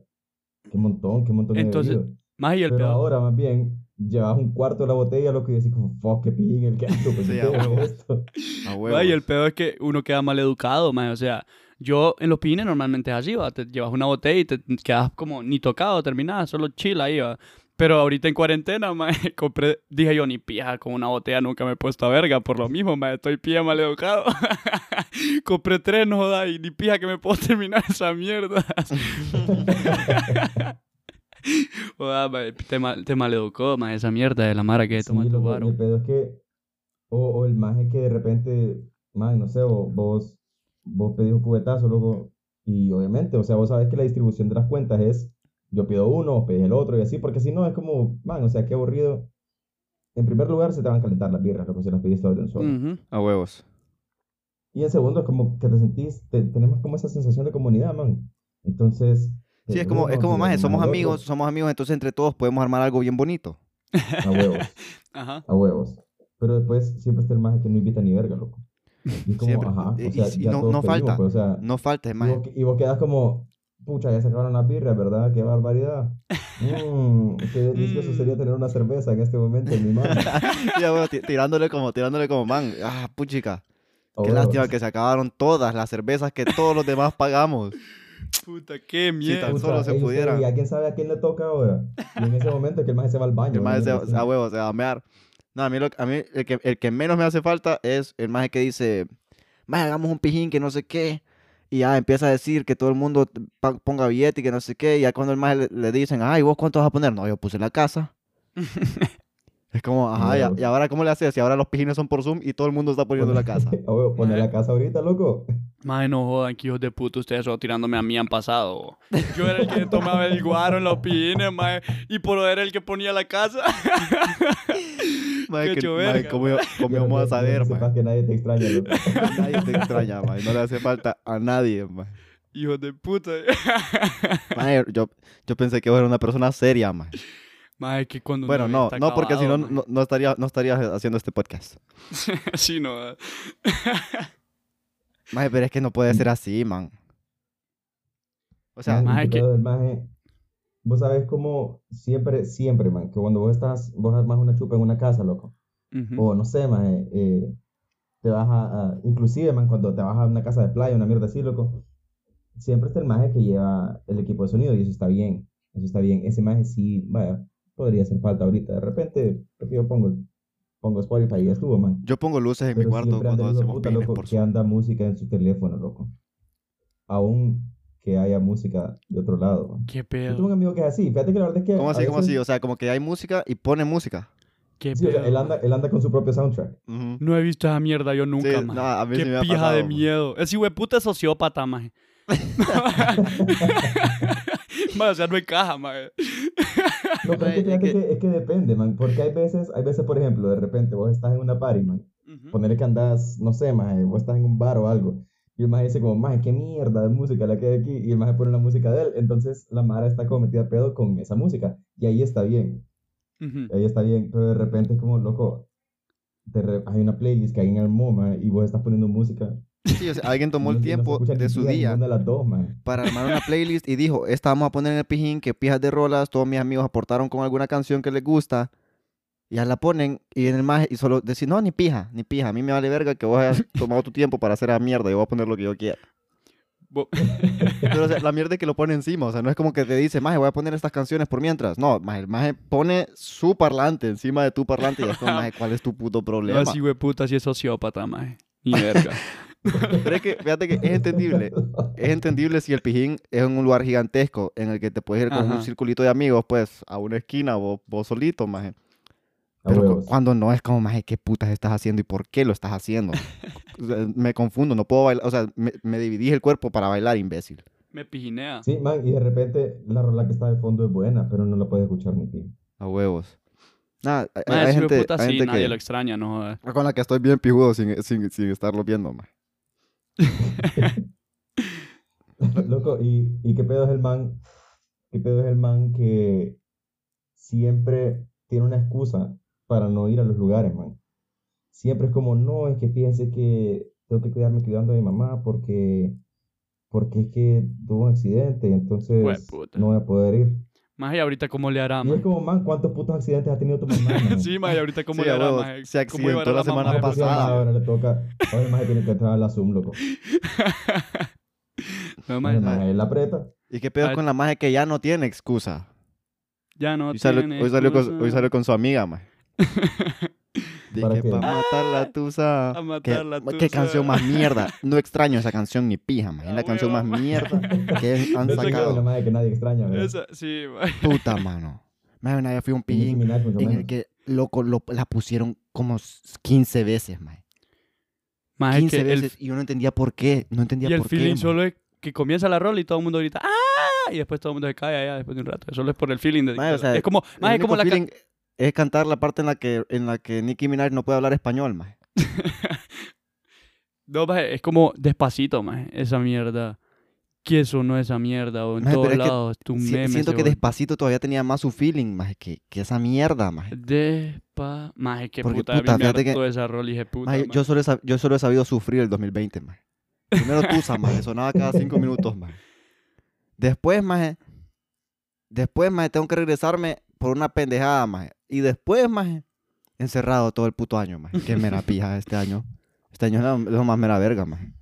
Speaker 3: qué montón, qué montón he
Speaker 2: Entonces,
Speaker 3: bebido.
Speaker 2: Maje, y el
Speaker 3: Pero
Speaker 2: peor.
Speaker 3: ahora, más bien, llevas un cuarto de la botella, lo que decís como, fuck, qué pin el que ando, pues,
Speaker 1: Sí,
Speaker 3: ¿qué
Speaker 1: a huevo.
Speaker 3: es esto?
Speaker 1: A
Speaker 2: Ma, y
Speaker 1: huevos.
Speaker 2: el peor es que uno queda mal educado, ma, O sea, yo en los pines normalmente es así, va. Te llevas una botella y te quedas como ni tocado, terminada, solo chila ahí, va. Pero ahorita en cuarentena, ma, compré, dije yo, ni pija, con una botella nunca me he puesto a verga, por lo mismo, ma, estoy pija mal educado. compré tres, no joda, y ni pija que me puedo terminar esa mierda. Joda, ma, te, mal, te maleducó, ma, esa mierda de la mara que
Speaker 3: Sí,
Speaker 2: toma tu
Speaker 3: loco,
Speaker 2: guaro.
Speaker 3: y el pedo es que, o, o el maje que de repente, man, no sé, o vos, vos pedís un cubetazo, loco, y obviamente, o sea, vos sabés que la distribución de las cuentas es, yo pido uno, vos pedís el otro, y así, porque si no, es como, man, o sea, qué aburrido. En primer lugar, se te van a calentar las birras, loco, si las pedís todas de un solo.
Speaker 2: Ujú.
Speaker 1: A huevos.
Speaker 3: Y en segundo, es como que te sentís, te- tenemos como esa sensación de comunidad, man. Entonces... eh,
Speaker 1: Sí,
Speaker 3: te
Speaker 1: es como, es
Speaker 3: uno,
Speaker 1: como
Speaker 3: te
Speaker 1: maje,
Speaker 3: das
Speaker 1: somos
Speaker 3: al otro,
Speaker 1: amigos, somos amigos, entonces entre todos podemos armar algo bien bonito.
Speaker 3: pues, A huevos.
Speaker 2: Ajá.
Speaker 3: A huevos. Pero después siempre está el maje que no invita ni verga, loco. Y es como,
Speaker 1: Siempre.
Speaker 3: ajá,
Speaker 1: Y-
Speaker 3: o
Speaker 1: y
Speaker 3: sea,
Speaker 1: si-
Speaker 3: ya
Speaker 1: no-
Speaker 3: todos
Speaker 1: no
Speaker 3: pedimos,
Speaker 1: falta.
Speaker 3: pues, o sea,
Speaker 1: No faltes,
Speaker 3: y,
Speaker 1: maje.
Speaker 3: vos, y vos quedas como, pucha, ya se acabaron las birras, ¿verdad? Qué barbaridad. Mm, qué delicioso
Speaker 2: Mm.
Speaker 3: sería tener una cerveza en este momento en mi mano.
Speaker 1: Ya, bueno, ti- tirándole como, tirándole como, man, ah, puchica.
Speaker 3: A
Speaker 1: Qué
Speaker 3: huevos.
Speaker 1: lástima que se acabaron todas las cervezas que todos los demás pagamos.
Speaker 2: Puta, qué mierda.
Speaker 1: tan
Speaker 3: Puta,
Speaker 1: solo se
Speaker 3: ey, usted,
Speaker 1: pudiera.
Speaker 3: Y a quién sabe a quién le toca ahora. Y en ese momento es que el maje se va al baño.
Speaker 1: El maje se,
Speaker 3: obviamente,
Speaker 2: pues,
Speaker 1: va-
Speaker 3: sí.
Speaker 1: a huevo, se va a mear. No, a mí, lo- a mí el, que, el que menos me hace falta es el maje que dice, maje, hagamos un pijín que no sé qué. Y ya empieza a decir que todo el mundo pa- ponga billete y que no sé qué. Y ya cuando el maje le, le dicen, ay, ¿vos cuánto vas a poner? No, yo puse la casa. es como, ajá, ya-
Speaker 3: huevo.
Speaker 1: y ahora cómo le haces? Y ahora los pijines son por Zoom y todo el mundo está poniendo la casa.
Speaker 3: A huevo, poner la casa ahorita, loco.
Speaker 2: Madre, no jodan, que hijos de puta, ustedes solo tirándome a mí han pasado. bo. Yo era el que tomaba el guaro en los pines, mae, y por era el que ponía la casa.
Speaker 1: Maje,
Speaker 2: Qué
Speaker 1: que,
Speaker 2: hecho
Speaker 1: maje,
Speaker 2: verga, pues,
Speaker 1: ¿cómo, cómo
Speaker 3: Yo no
Speaker 1: vamos a
Speaker 3: sé- yo no
Speaker 1: saber,
Speaker 3: sé,
Speaker 1: maje?
Speaker 3: Sepas que nadie te extraña, loco.
Speaker 1: Nadie te extraña, maje. No le hace falta a nadie, maje.
Speaker 2: Hijos de puta.
Speaker 1: Maje, yo, yo pensé que vos eras una persona seria, maje.
Speaker 2: Madre, que cuando.
Speaker 1: Bueno, no, no, porque si no,
Speaker 2: no.
Speaker 1: no, no estaría, no estaría haciendo este podcast.
Speaker 2: sí, no. eh.
Speaker 1: Maje, pero es que no puede ser así, man. O sea,
Speaker 2: Ma-
Speaker 3: Man,
Speaker 2: maje,
Speaker 3: el
Speaker 2: que-
Speaker 3: pedo del maje, vos sabés cómo siempre, siempre, man, que cuando vos estás, vos armas una chupa en una casa, loco.
Speaker 2: Ujú.
Speaker 3: O no sé, maje, eh, te vas a, a- inclusive, man, cuando te vas a una casa de playa, una mierda así, loco, siempre está el maje que lleva el equipo de sonido y eso está bien, eso está bien. Ese maje sí, vaya, podría hacer falta ahorita. De repente, porque yo pongo, pongo Spotify y ya estuvo, man.
Speaker 1: Yo pongo luces en mi
Speaker 3: Pero
Speaker 1: cuarto
Speaker 3: siempre anda
Speaker 1: cuando
Speaker 3: el hijo de
Speaker 1: hacemos
Speaker 3: puta,
Speaker 1: pines
Speaker 3: loco,
Speaker 1: por
Speaker 3: que anda música en su teléfono, loco. Aún que haya música de otro lado, man.
Speaker 2: ¿Qué
Speaker 3: Yo tengo
Speaker 2: pedo?
Speaker 3: un amigo que es así. Fíjate que la verdad es que...
Speaker 1: ¿Cómo
Speaker 3: a
Speaker 1: así? ¿Cómo
Speaker 3: veces-
Speaker 1: así? O sea, como que hay música y pone música.
Speaker 2: ¿Qué
Speaker 3: Sí, o sea,
Speaker 2: pedo?
Speaker 3: él anda, él anda con su propio soundtrack.
Speaker 1: Ujú.
Speaker 2: No he visto esa mierda yo nunca,
Speaker 1: Sí, no,
Speaker 2: maje.
Speaker 1: a mí
Speaker 2: Qué
Speaker 1: sí me ha
Speaker 2: pija de
Speaker 1: pasado, maje.
Speaker 2: miedo. Ese hueputa es sociópata, maje. Maje, o sea, no encaja, maje.
Speaker 3: No, pero es que
Speaker 1: Mae, es
Speaker 3: fíjate
Speaker 1: que-
Speaker 3: que, es que depende, man. Porque hay veces, hay veces, por ejemplo, de repente vos estás en una party, man.
Speaker 1: Mm.
Speaker 2: Ujú.
Speaker 3: Ponerle que andás, no sé, más, eh, vos estás en un bar o algo. Y el más dice como, más, qué mierda de música la que hay aquí. Y el más pone la música de él. Entonces la Mara está como metida a pedo con esa música. Y ahí está bien.
Speaker 2: Ujú.
Speaker 3: Ahí está bien. Pero de repente es como, loco, de re- hay una playlist que hay en el MoMA y vos estás poniendo música.
Speaker 1: Sí, o sea, alguien tomó el
Speaker 3: y no se
Speaker 1: tiempo
Speaker 3: escucha ni
Speaker 1: de su
Speaker 3: siquiera
Speaker 1: día
Speaker 3: ninguna de las dos, man.
Speaker 1: para armar una playlist y dijo, esta vamos a poner en el pijín, que pijas de rolas, todos mis amigos aportaron con alguna canción que les gusta, y ya la ponen, y en el maje, y solo decir, no, ni pija, ni pija, a mí me vale verga que vos hayas tomado tu tiempo para hacer la mierda, yo voy a poner lo que yo quiera.
Speaker 2: Bo-
Speaker 1: Pero o sea, la mierda es que lo pone encima, o sea, no es como que te dice, maje, voy a poner estas canciones por mientras, no, maje, el maje pone su parlante encima de tu parlante, y es como, maje, ¿cuál es tu puto
Speaker 2: No,
Speaker 1: problema?
Speaker 2: ese hueputa sí es sociópata, maje. Ni verga.
Speaker 1: Pero es que, fíjate que es entendible. Es entendible si el pijín es en un lugar gigantesco en el que te puedes ir con
Speaker 2: Ajá.
Speaker 1: un circulito de amigos, pues, a una esquina, vos, vos solito, maje.
Speaker 3: A
Speaker 1: Pero cu-
Speaker 3: huevos.
Speaker 1: cuando no es como, maje, ¿qué putas estás haciendo y por qué lo estás haciendo? O sea, me confundo, no puedo bailar, o sea, me, me dividí el cuerpo para bailar, imbécil.
Speaker 2: Me pijinea.
Speaker 3: Sí, man, y de repente la rola que está de fondo es buena, pero no la puedes escuchar ni tío.
Speaker 1: A huevos. Nada, hay,
Speaker 2: Maje,
Speaker 1: hay
Speaker 2: Ah, ese
Speaker 1: gente,
Speaker 2: hueputa
Speaker 1: hay
Speaker 2: sí,
Speaker 1: gente
Speaker 2: nadie
Speaker 1: que-
Speaker 2: lo extraña, no Eh, jodas.
Speaker 1: con la que estoy bien pijudo sin, sin, sin estarlo viendo, maje.
Speaker 3: Loco, ¿y, ¿y qué pedo es el man? ¿Qué pedo es el man que siempre tiene una excusa para no ir a los lugares, man? Siempre es como, no, es que fíjense que tengo que cuidarme cuidando a mi mamá porque, porque es que tuvo un accidente, entonces
Speaker 2: Jueputa.
Speaker 3: no voy a poder ir.
Speaker 2: Maje, ¿y ahorita cómo le hará,
Speaker 3: Y es
Speaker 2: maje?
Speaker 3: como, man, ¿cuántos putos accidentes ha tenido tu mamá, man?
Speaker 2: Sí, maje, ¿ahorita cómo
Speaker 1: Sí,
Speaker 2: le
Speaker 1: a
Speaker 2: hará,
Speaker 1: huevo,
Speaker 2: maje?
Speaker 1: se
Speaker 2: ¿Cómo iba a
Speaker 1: accidentó la
Speaker 2: la mamá
Speaker 1: semana
Speaker 2: de-
Speaker 3: Ahora sí,
Speaker 1: pasada.
Speaker 3: ahora le toca, ahora el maje tiene que entrar a la Zoom, loco.
Speaker 2: No,
Speaker 3: El
Speaker 2: maje,
Speaker 3: maje la aprieta.
Speaker 1: ¿Y qué pedo
Speaker 2: Ah,
Speaker 1: con la maje que ya no tiene excusa?
Speaker 2: Ya no
Speaker 1: Hoy salió,
Speaker 2: tiene
Speaker 1: hoy salió con,
Speaker 2: excusa.
Speaker 1: hoy salió con su amiga, ma.
Speaker 3: ¿Para
Speaker 1: Dije,
Speaker 3: qué?
Speaker 1: para matar la tusa.
Speaker 2: A matar
Speaker 1: ¿Qué,
Speaker 2: la
Speaker 1: ma- qué
Speaker 2: tusa.
Speaker 1: canción más mierda? No extraño esa canción ni pija, ma. Es
Speaker 2: A
Speaker 1: la canción
Speaker 2: huevo,
Speaker 1: más
Speaker 2: ma.
Speaker 1: mierda Ah, que han
Speaker 2: Esa
Speaker 3: Esa que es una
Speaker 1: sacado.
Speaker 3: maje que nadie extraña, ¿verdad?
Speaker 2: Esa- sí, maje.
Speaker 1: Puta, mano. Ma, una vez fui a un
Speaker 3: Y Nicki
Speaker 1: pillín
Speaker 3: Minaj, mucho
Speaker 1: en el
Speaker 3: menos.
Speaker 1: que, loco, lo- la pusieron como s- 15 veces, ma.
Speaker 2: Maje,
Speaker 1: 15
Speaker 2: Ah, que el-
Speaker 1: veces y yo no entendía por qué. No entendía
Speaker 2: Y el
Speaker 1: por qué,
Speaker 2: feeling
Speaker 1: ma.
Speaker 2: solo es que comienza la rola y todo el mundo grita ¡Ah! Y después todo el mundo se calla ya después de un rato. Solo es por el feeling de...
Speaker 1: Mae, o sea,
Speaker 2: es como,
Speaker 1: El
Speaker 2: mae, es
Speaker 1: único
Speaker 2: como la... ca-
Speaker 1: feeling es cantar la parte en la que, en la que Nicki Minaj no puede hablar español, ma.
Speaker 2: No, mae, es como despacito, mae, esa mierda. Que eso no esa mierda, o en
Speaker 1: Mae, pero
Speaker 2: todos
Speaker 1: es que
Speaker 2: lados, tu
Speaker 1: Si-
Speaker 2: meme.
Speaker 1: siento
Speaker 2: se
Speaker 1: que
Speaker 2: vol-
Speaker 1: despacito todavía tenía más su feeling, ma, que, que esa mierda, ma.
Speaker 2: Despa... Mae, qué
Speaker 1: Porque,
Speaker 2: puta, a mí
Speaker 1: puta,
Speaker 2: me
Speaker 1: fíjate que-
Speaker 2: hartó esa rola y dije, puta,
Speaker 1: Maje,
Speaker 2: mae.
Speaker 1: yo, solo he sab- yo solo he sabido sufrir el 2020, maje. Primero Tusa, maje, sonaba cada cinco minutos, maje. Después, maje, después, maje, tengo que regresarme por una pendejada, maje. Y después, maje, encerrado todo el puto año, maje. Qué mera pija este año. Este año es la- es lo más mera verga, maje.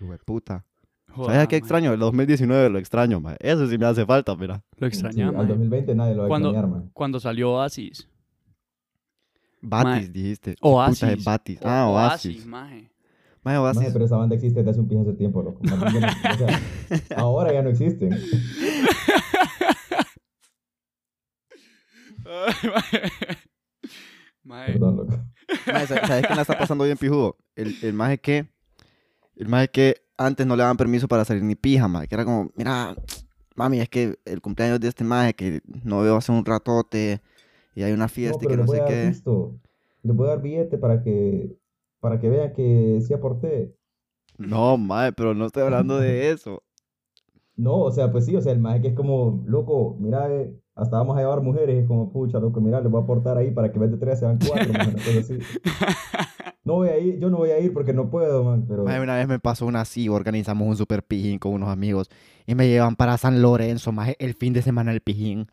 Speaker 1: Hijo de puta.
Speaker 2: Joda,
Speaker 1: ¿Sabes a qué
Speaker 2: mae,
Speaker 1: extraño? El 2019 lo extraño, maje. Eso sí me hace falta, mira.
Speaker 2: Lo
Speaker 3: Sí,
Speaker 2: extrañaba,
Speaker 3: al 2020 nadie lo va a
Speaker 2: Cuando-
Speaker 3: extrañar, man.
Speaker 2: Cuando salió Oasis.
Speaker 1: Batis,
Speaker 2: Maje,
Speaker 1: dijiste.
Speaker 2: Oasis.
Speaker 1: Puta, es Batis. ah,
Speaker 2: O-
Speaker 1: Oasis.
Speaker 2: mae.
Speaker 1: Maje,
Speaker 3: Maje,
Speaker 1: Oasis.
Speaker 3: pero esa banda existe desde hace un pijo de tiempo, loco. Más bien, o sea, ahora ya no existen.
Speaker 2: Mae.
Speaker 3: Perdón, loco.
Speaker 1: Mae, sa- ¿Sabes quién la está pasando bien pijudo? El, el maje que... El maje que antes no le daban permiso para salir ni pija, maje. Que era como, mira, mami, es que el cumpleaños de este maje que no veo hace un ratote y hay una
Speaker 3: No,
Speaker 1: fiesta y este
Speaker 3: pero
Speaker 1: que no
Speaker 3: le voy
Speaker 1: sé
Speaker 3: a dar
Speaker 1: qué.
Speaker 3: gusto. Le voy a dar billete para que, para que vea que sí aporté.
Speaker 1: No, maje, pero no estoy hablando de eso.
Speaker 3: No, o sea, pues sí, o sea, el maje que es como, loco, mira, eh, hasta vamos a llevar mujeres, es como, pucha, loco, mira, le voy a aportar ahí para que en vez de tres sean cuatro, man, una cosa así. No voy a ir, yo no voy a ir porque no puedo, man, pero...
Speaker 1: Maje, una vez me pasó una así, organizamos un super pijín con unos amigos y me llevan para San Lorenzo, maje, el fin de semana el pijín.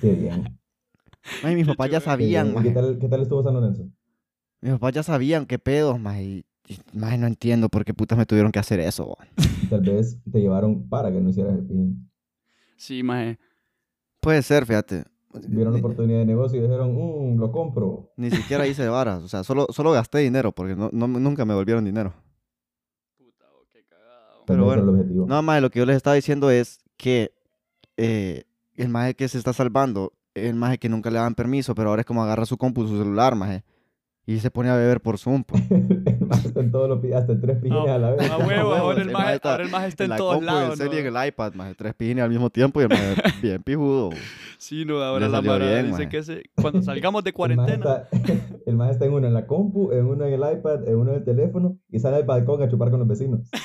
Speaker 3: Qué bien.
Speaker 1: Maje, mis
Speaker 2: Qué
Speaker 1: papás ya
Speaker 2: chévere.
Speaker 3: Qué bien.
Speaker 1: sabían,
Speaker 3: ¿Y ¿Qué
Speaker 1: maje.
Speaker 3: tal, qué tal estuvo San Lorenzo?
Speaker 1: Mis papás ya sabían qué pedos, maje. y- y, Maje, no entiendo por qué putas me tuvieron que hacer eso, bo.
Speaker 3: Tal vez te llevaron para que no hicieras el pin.
Speaker 2: Sí, mae.
Speaker 1: Puede ser, fíjate.
Speaker 3: Vieron la oportunidad de negocio y dijeron, mmm, lo compro.
Speaker 1: Ni siquiera hice varas. O sea, solo, solo gasté dinero porque no, no- nunca me volvieron dinero.
Speaker 2: Puta, oh, qué cagado.
Speaker 1: Pero
Speaker 3: Ese
Speaker 1: bueno,
Speaker 3: era el objetivo.
Speaker 1: No, más lo que yo les estaba diciendo es que eh, el maje que se está salvando, el maje que nunca le daban permiso, pero ahora es como agarra su compu, su celular, maje, y se pone a beber por Zoom. pues. po.
Speaker 3: hasta en todos los pi- hasta en tres pines
Speaker 2: No,
Speaker 3: a la vez.
Speaker 2: A
Speaker 1: huevo,
Speaker 2: huevo, ahora
Speaker 1: el
Speaker 2: el
Speaker 1: maje
Speaker 2: maje
Speaker 1: está
Speaker 2: ahora el maje está
Speaker 1: En
Speaker 2: en
Speaker 1: la
Speaker 2: todos
Speaker 1: compu, en el
Speaker 2: lados.
Speaker 1: cel y en
Speaker 2: ¿no?
Speaker 1: el iPad, maje, tres pines al mismo tiempo y el maje bien pijudo.
Speaker 2: Sí, no, ahora
Speaker 1: Le
Speaker 2: la
Speaker 1: salió
Speaker 2: mara
Speaker 1: bien,
Speaker 2: dice
Speaker 1: maje.
Speaker 2: que ese- cuando salgamos de
Speaker 3: El maje
Speaker 2: cuarentena.
Speaker 3: está- El más está en uno en la compu, en uno en el iPad, en uno en el teléfono y sale al balcón a chupar con los vecinos.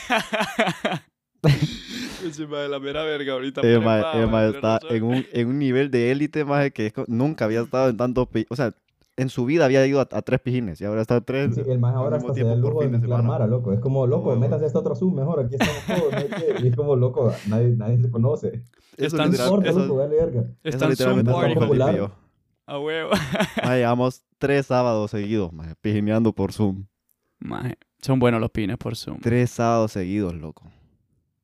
Speaker 2: Ese maje la mera verga ahorita.
Speaker 1: El
Speaker 2: prepa,
Speaker 1: maje, el
Speaker 2: maje,
Speaker 1: maje
Speaker 2: tenés
Speaker 1: eh, está
Speaker 2: razón.
Speaker 1: en un, en un nivel de élite, maje, que es co- nunca había estado en tantos... pi- O sea, en su vida había ido a, a tres pijines y ahora está a tres...
Speaker 3: Sí, el más
Speaker 1: al
Speaker 3: ahora
Speaker 1: mismo
Speaker 3: hasta se
Speaker 1: tiempo
Speaker 3: da el
Speaker 1: por
Speaker 3: lujo de
Speaker 1: fin de
Speaker 3: mezclar
Speaker 1: semana.
Speaker 3: mara, loco. Es como, loco,
Speaker 1: Huevo.
Speaker 3: métase a este otro Zoom mejor, aquí estamos todos. no hay que- Y es como, loco, nadie, nadie se conoce.
Speaker 1: Eso
Speaker 2: Están
Speaker 3: No
Speaker 1: literal-
Speaker 3: importa,
Speaker 1: eso-
Speaker 3: loco, dale verga.
Speaker 1: eso
Speaker 2: Está en Zoom
Speaker 1: literalmente
Speaker 3: es
Speaker 2: party.
Speaker 3: algo
Speaker 1: estamos
Speaker 3: popular.
Speaker 1: con Limpio.
Speaker 2: A huevo.
Speaker 1: Maje, llevamos tres sábados seguidos, maje, pijineando por Zoom.
Speaker 2: Maje, son buenos los pines por Zoom.
Speaker 1: Tres sábados seguidos, loco.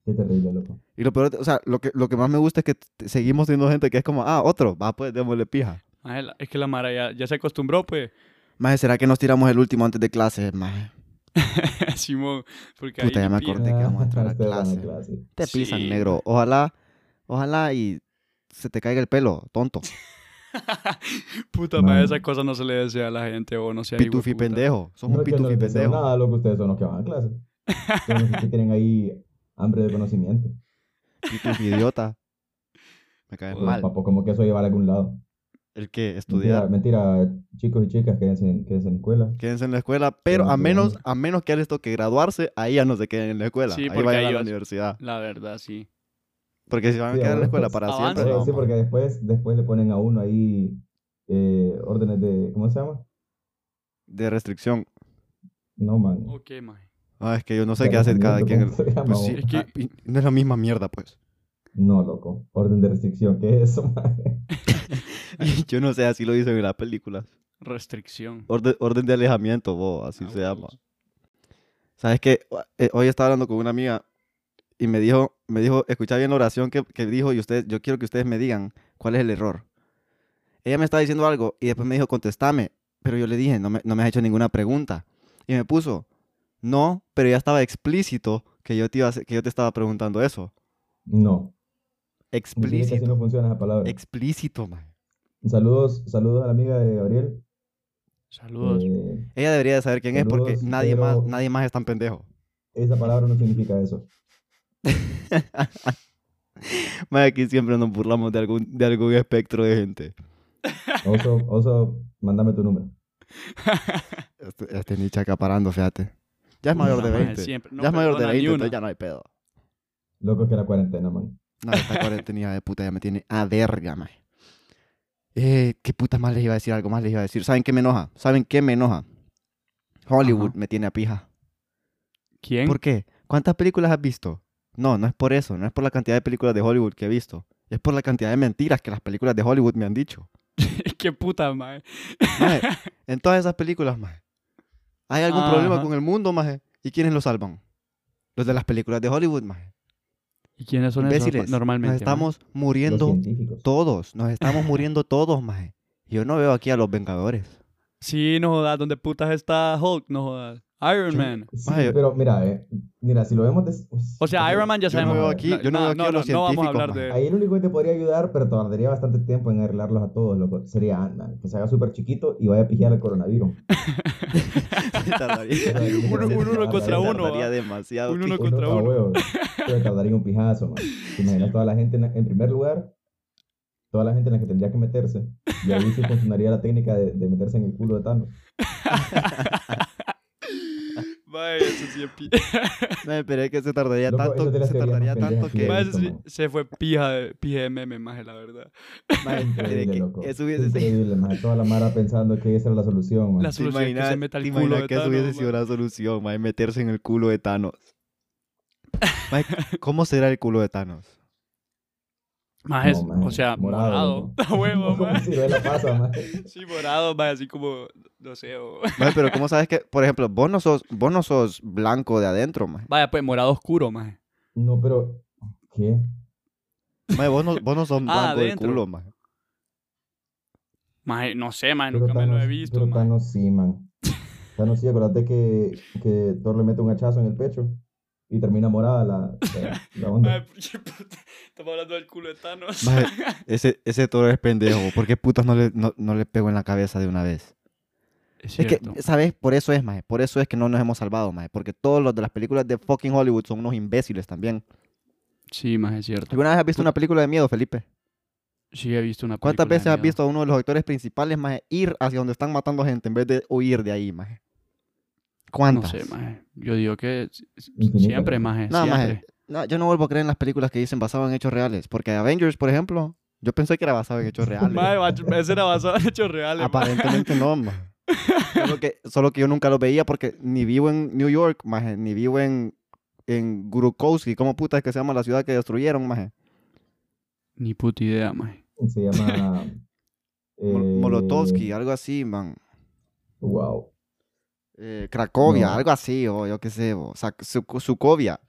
Speaker 3: Qué terrible, loco.
Speaker 1: Y lo peor, o sea, lo que, lo que más me gusta es que t- seguimos teniendo gente que es como, ah, otro, va, pues, démosle pija.
Speaker 2: Maje, la- es que la Mara ya, ya se acostumbró, pues.
Speaker 1: Maje, ¿será que nos tiramos el último antes de clase, maje?
Speaker 2: Simón, porque
Speaker 1: Puta,
Speaker 2: ahí
Speaker 1: ya me
Speaker 2: pilla.
Speaker 1: acordé. que vamos a entrar a
Speaker 3: Este va
Speaker 1: clase.
Speaker 3: clase.
Speaker 1: Te
Speaker 2: Sí,
Speaker 1: pisan,
Speaker 2: maje.
Speaker 1: negro. Ojalá, ojalá y se te caiga el pelo, tonto.
Speaker 2: Puta, maje,
Speaker 3: No.
Speaker 2: esas cosas no se le desea a la gente o no sea
Speaker 1: Pitufi
Speaker 2: hijueputa.
Speaker 1: pendejo. Sos
Speaker 3: No
Speaker 1: un
Speaker 3: es que no
Speaker 1: pitufi
Speaker 3: les deseo
Speaker 1: pendejo.
Speaker 3: nada, loco, ustedes son los que van a clase. Son los que tienen ahí hambre de conocimiento.
Speaker 1: Pitufi idiota. Me caes Pues,
Speaker 2: Joder,
Speaker 1: mal.
Speaker 3: Papo, como que eso lleva a algún lado.
Speaker 1: El que
Speaker 3: Mentira,
Speaker 1: estudiar.
Speaker 3: mentira, chicos y chicas, quédense, en- quédense en escuela.
Speaker 1: Quédense en la escuela, pero
Speaker 3: no
Speaker 1: a
Speaker 3: te
Speaker 1: menos,
Speaker 3: vayas.
Speaker 1: a menos que a les toque graduarse, ahí ya no se queden en la escuela.
Speaker 2: Sí,
Speaker 1: ahí
Speaker 2: porque
Speaker 1: vayan
Speaker 2: ahí
Speaker 1: a la
Speaker 2: vas-
Speaker 1: universidad.
Speaker 2: La verdad, sí.
Speaker 1: Porque si van a
Speaker 3: Sí,
Speaker 1: quedar en la
Speaker 3: ahora
Speaker 1: escuela
Speaker 3: pues,
Speaker 1: para
Speaker 2: avanza.
Speaker 1: siempre, no,
Speaker 3: sí,
Speaker 1: man.
Speaker 3: porque después, después le ponen a uno ahí eh, órdenes de. ¿Cómo se llama?
Speaker 1: de restricción.
Speaker 3: No, man.
Speaker 2: Ok, maje.
Speaker 1: Ah, es que yo no sé
Speaker 3: De
Speaker 1: qué hace cada quien.
Speaker 3: arrepentimiento, ¿cómo se llama,
Speaker 1: Pues sí,
Speaker 3: vos?
Speaker 2: Es que-
Speaker 1: ah, y no es la misma mierda, pues.
Speaker 3: No, loco. Orden de restricción, ¿qué es eso, man?
Speaker 1: Y yo no sé, así lo dicen en las películas.
Speaker 2: Restricción.
Speaker 1: Orden, orden de alejamiento, bo, así
Speaker 2: Ah,
Speaker 1: se llama.
Speaker 2: huevos.
Speaker 1: ¿Sabes qué? Eh, Hoy estaba hablando con una amiga y me dijo, me dijo, escuchá bien la oración que, que dijo y ustedes, yo quiero que ustedes me digan cuál es el error. Ella me estaba diciendo algo y después me dijo, contestame, pero yo le dije, no me, no me has hecho ninguna pregunta. Y me puso, no, pero ya estaba explícito que yo te, iba a hacer- que yo te estaba preguntando eso.
Speaker 3: No. Decime que así
Speaker 1: Explícito,
Speaker 3: no funciona esa palabra.
Speaker 1: explícito, man.
Speaker 3: Saludos, saludos a la amiga de Gabriel.
Speaker 2: Saludos.
Speaker 3: Eh,
Speaker 1: Ella debería de saber quién es porque
Speaker 3: Saludos,
Speaker 1: nadie más,
Speaker 3: pero-
Speaker 1: nadie más es tan pendejo.
Speaker 3: esa palabra no significa eso.
Speaker 1: Más aquí siempre nos burlamos de algún, de algún espectro de gente.
Speaker 3: Oso, oso, mándame tu número.
Speaker 1: Este, este Nietzsche acaparando, fíjate. Ya es
Speaker 2: Puta,
Speaker 1: mayor de
Speaker 2: maje,
Speaker 1: 20.
Speaker 2: siempre. No
Speaker 1: ya es mayor de
Speaker 2: perdona ni
Speaker 1: 20, entonces
Speaker 2: una.
Speaker 1: ya no hay pedo.
Speaker 3: Loco, es que la cuarentena, man.
Speaker 1: No, esta cuarentena hija de puta ya me tiene a verga, maje. Eh, ¿Qué puta más les iba a decir? Algo más les iba a decir. ¿Saben qué me enoja? ¿Saben qué me enoja? Hollywood
Speaker 2: Ajá.
Speaker 1: me tiene a pija.
Speaker 2: ¿Quién?
Speaker 1: ¿Por qué? ¿Cuántas películas has visto? No, no es por eso. No es por la cantidad de películas de Hollywood que he visto. Es por la cantidad de mentiras que las películas de Hollywood me han dicho.
Speaker 2: Qué puta, maje.
Speaker 1: Maje, en todas esas películas, maje, hay algún problema
Speaker 2: Ajá.
Speaker 1: con el mundo, maje. ¿Y quiénes lo salvan? Los de las películas de Hollywood, maje.
Speaker 2: ¿Y quiénes son
Speaker 1: Imbéciles,
Speaker 2: esos normalmente?
Speaker 1: nos
Speaker 2: maje?
Speaker 1: estamos
Speaker 3: Los
Speaker 1: muriendo
Speaker 3: científicos.
Speaker 1: todos. Nos estamos muriendo todos, maje. Yo no veo aquí a los Vengadores.
Speaker 2: Sí, no jodas. ¿Dónde putas está Hulk? No jodas. Iron
Speaker 1: Yo-
Speaker 2: Man.
Speaker 3: Sí,
Speaker 1: Maje.
Speaker 3: pero mira, eh, mira, si lo vemos... des-
Speaker 2: O sea, Iron Man ya
Speaker 1: Yo no
Speaker 2: sabemos.
Speaker 1: veo aquí- yo no veo aquí a los
Speaker 2: no vamos a
Speaker 1: científicos,
Speaker 2: hablar
Speaker 1: maje.
Speaker 2: de.
Speaker 3: eh, Ahí el único que te podría ayudar, pero tardaría bastante tiempo en arreglarlos a todos, loco, sería Ant-Man, que se haga súper chiquito y vaya a pijar el coronavirus.
Speaker 1: Se tardaría-
Speaker 3: Uno-
Speaker 1: se-
Speaker 3: uno
Speaker 1: se
Speaker 3: contra uno,
Speaker 1: tardaría
Speaker 2: ¿va?
Speaker 1: demasiado.
Speaker 2: Uno
Speaker 1: tiempo.
Speaker 2: contra
Speaker 3: Uno pa'
Speaker 2: uno.
Speaker 3: huevo, pero tardaría un pijazo, man. Te imaginas toda la gente, en, la- en primer lugar, toda la gente en la que tendría que meterse, y ahí sí funcionaría la técnica de, de meterse en el culo de Thanos.
Speaker 2: Maje, eso sí es pi-
Speaker 1: Maje, pero es que se tardaría
Speaker 3: Loco,
Speaker 1: tanto,
Speaker 3: eso de las
Speaker 1: se
Speaker 3: teorías más
Speaker 1: tardaría tanto
Speaker 3: pendejas que
Speaker 1: que,
Speaker 3: he
Speaker 2: Maje,
Speaker 3: visto,
Speaker 2: eso sí-
Speaker 3: maje.
Speaker 2: se fue pija de, pija de meme, maje, la verdad.
Speaker 1: maje,
Speaker 3: Increíble,
Speaker 1: de que
Speaker 3: loco.
Speaker 1: eso hubiese sido-
Speaker 3: Increíble, man. Toda la mara pensando que esa era la solución, man.
Speaker 2: La
Speaker 1: ¿Te
Speaker 2: solución es que
Speaker 1: imaginas-
Speaker 2: se meta
Speaker 1: te
Speaker 2: el culo
Speaker 1: imaginas
Speaker 2: de
Speaker 1: que eso hubiese
Speaker 2: Thanos,
Speaker 1: sido
Speaker 2: maje.
Speaker 1: la solución, maje, meterse en el culo de Thanos. Maje, ¿Cómo será el culo de Thanos?
Speaker 2: Maje,
Speaker 3: No, maje,
Speaker 2: o sea, morado.
Speaker 3: morado,
Speaker 2: A huevo,
Speaker 3: Como
Speaker 2: maje.
Speaker 3: si no la pasa, man.
Speaker 2: Sí, morado, maje, así como, no sé. o-
Speaker 1: Maje, pero ¿cómo sabes que, por ejemplo, vos no sos, vos no sos blanco de adentro, maje?
Speaker 2: Vaya, pues, morado oscuro, maje.
Speaker 3: No, pero... ¿Qué?
Speaker 1: Maje, vos no, vos no sos
Speaker 2: Ah,
Speaker 1: blanco del
Speaker 2: adentro.
Speaker 1: culo, maje.
Speaker 2: Maje, no sé, maje,
Speaker 3: Pero
Speaker 2: Ah, nunca me lo he
Speaker 3: Thanos-
Speaker 2: visto,
Speaker 3: Pero
Speaker 2: maje.
Speaker 3: Thanos sí, man. Thanos sí, acordate que, que Thor le mete un hachazo en el pecho y termina morada la, la, la
Speaker 2: Maje,
Speaker 3: onda.
Speaker 2: ¿por qué puta? Estamos hablando del culo de Thanos.
Speaker 1: Maje, ese, ese toro es pendejo. ¿Por qué putas no le, no, no le pego en la cabeza de una vez?
Speaker 2: Es
Speaker 1: Es
Speaker 2: cierto.
Speaker 1: que, ¿sabes? Por eso es, maje. Por eso es que no nos hemos salvado, maje. Porque todos los de las películas de fucking Hollywood son unos imbéciles también.
Speaker 2: Sí, maje, es cierto.
Speaker 1: ¿Alguna vez has visto una película de miedo, Felipe?
Speaker 2: Sí, he visto una
Speaker 1: ¿Cuántas
Speaker 2: película de
Speaker 1: veces has
Speaker 2: miedo.
Speaker 1: visto a uno de los actores principales, maje, ir hacia donde están matando gente en vez de huir de ahí, maje?
Speaker 2: No
Speaker 1: ¿Cuántas?
Speaker 2: sé, maje. Yo digo que s- s-
Speaker 3: Infinitas.
Speaker 2: siempre, maje,
Speaker 1: No, maje,
Speaker 2: siempre.
Speaker 1: No, yo no vuelvo a creer en las películas que dicen basado en hechos reales. Porque Avengers, por ejemplo, yo pensé que era basado en hechos reales.
Speaker 2: Maje, macho, ese era basado en hechos reales, maje.
Speaker 1: Aparentemente no, maje. Solo que, solo que yo nunca los veía porque ni vivo en New York, maje, ni vivo en, en Gurukowski, ¿cómo puta es que se llama la ciudad que destruyeron, maje?
Speaker 2: Ni puta idea, maje.
Speaker 3: Se llama...
Speaker 1: Mol-
Speaker 3: eh,
Speaker 1: Molotovsky, algo así, man.
Speaker 3: Wow.
Speaker 1: Eh, Cracovia,
Speaker 3: No.
Speaker 1: algo así, o yo qué sé, o Sac- Su- Sukovia,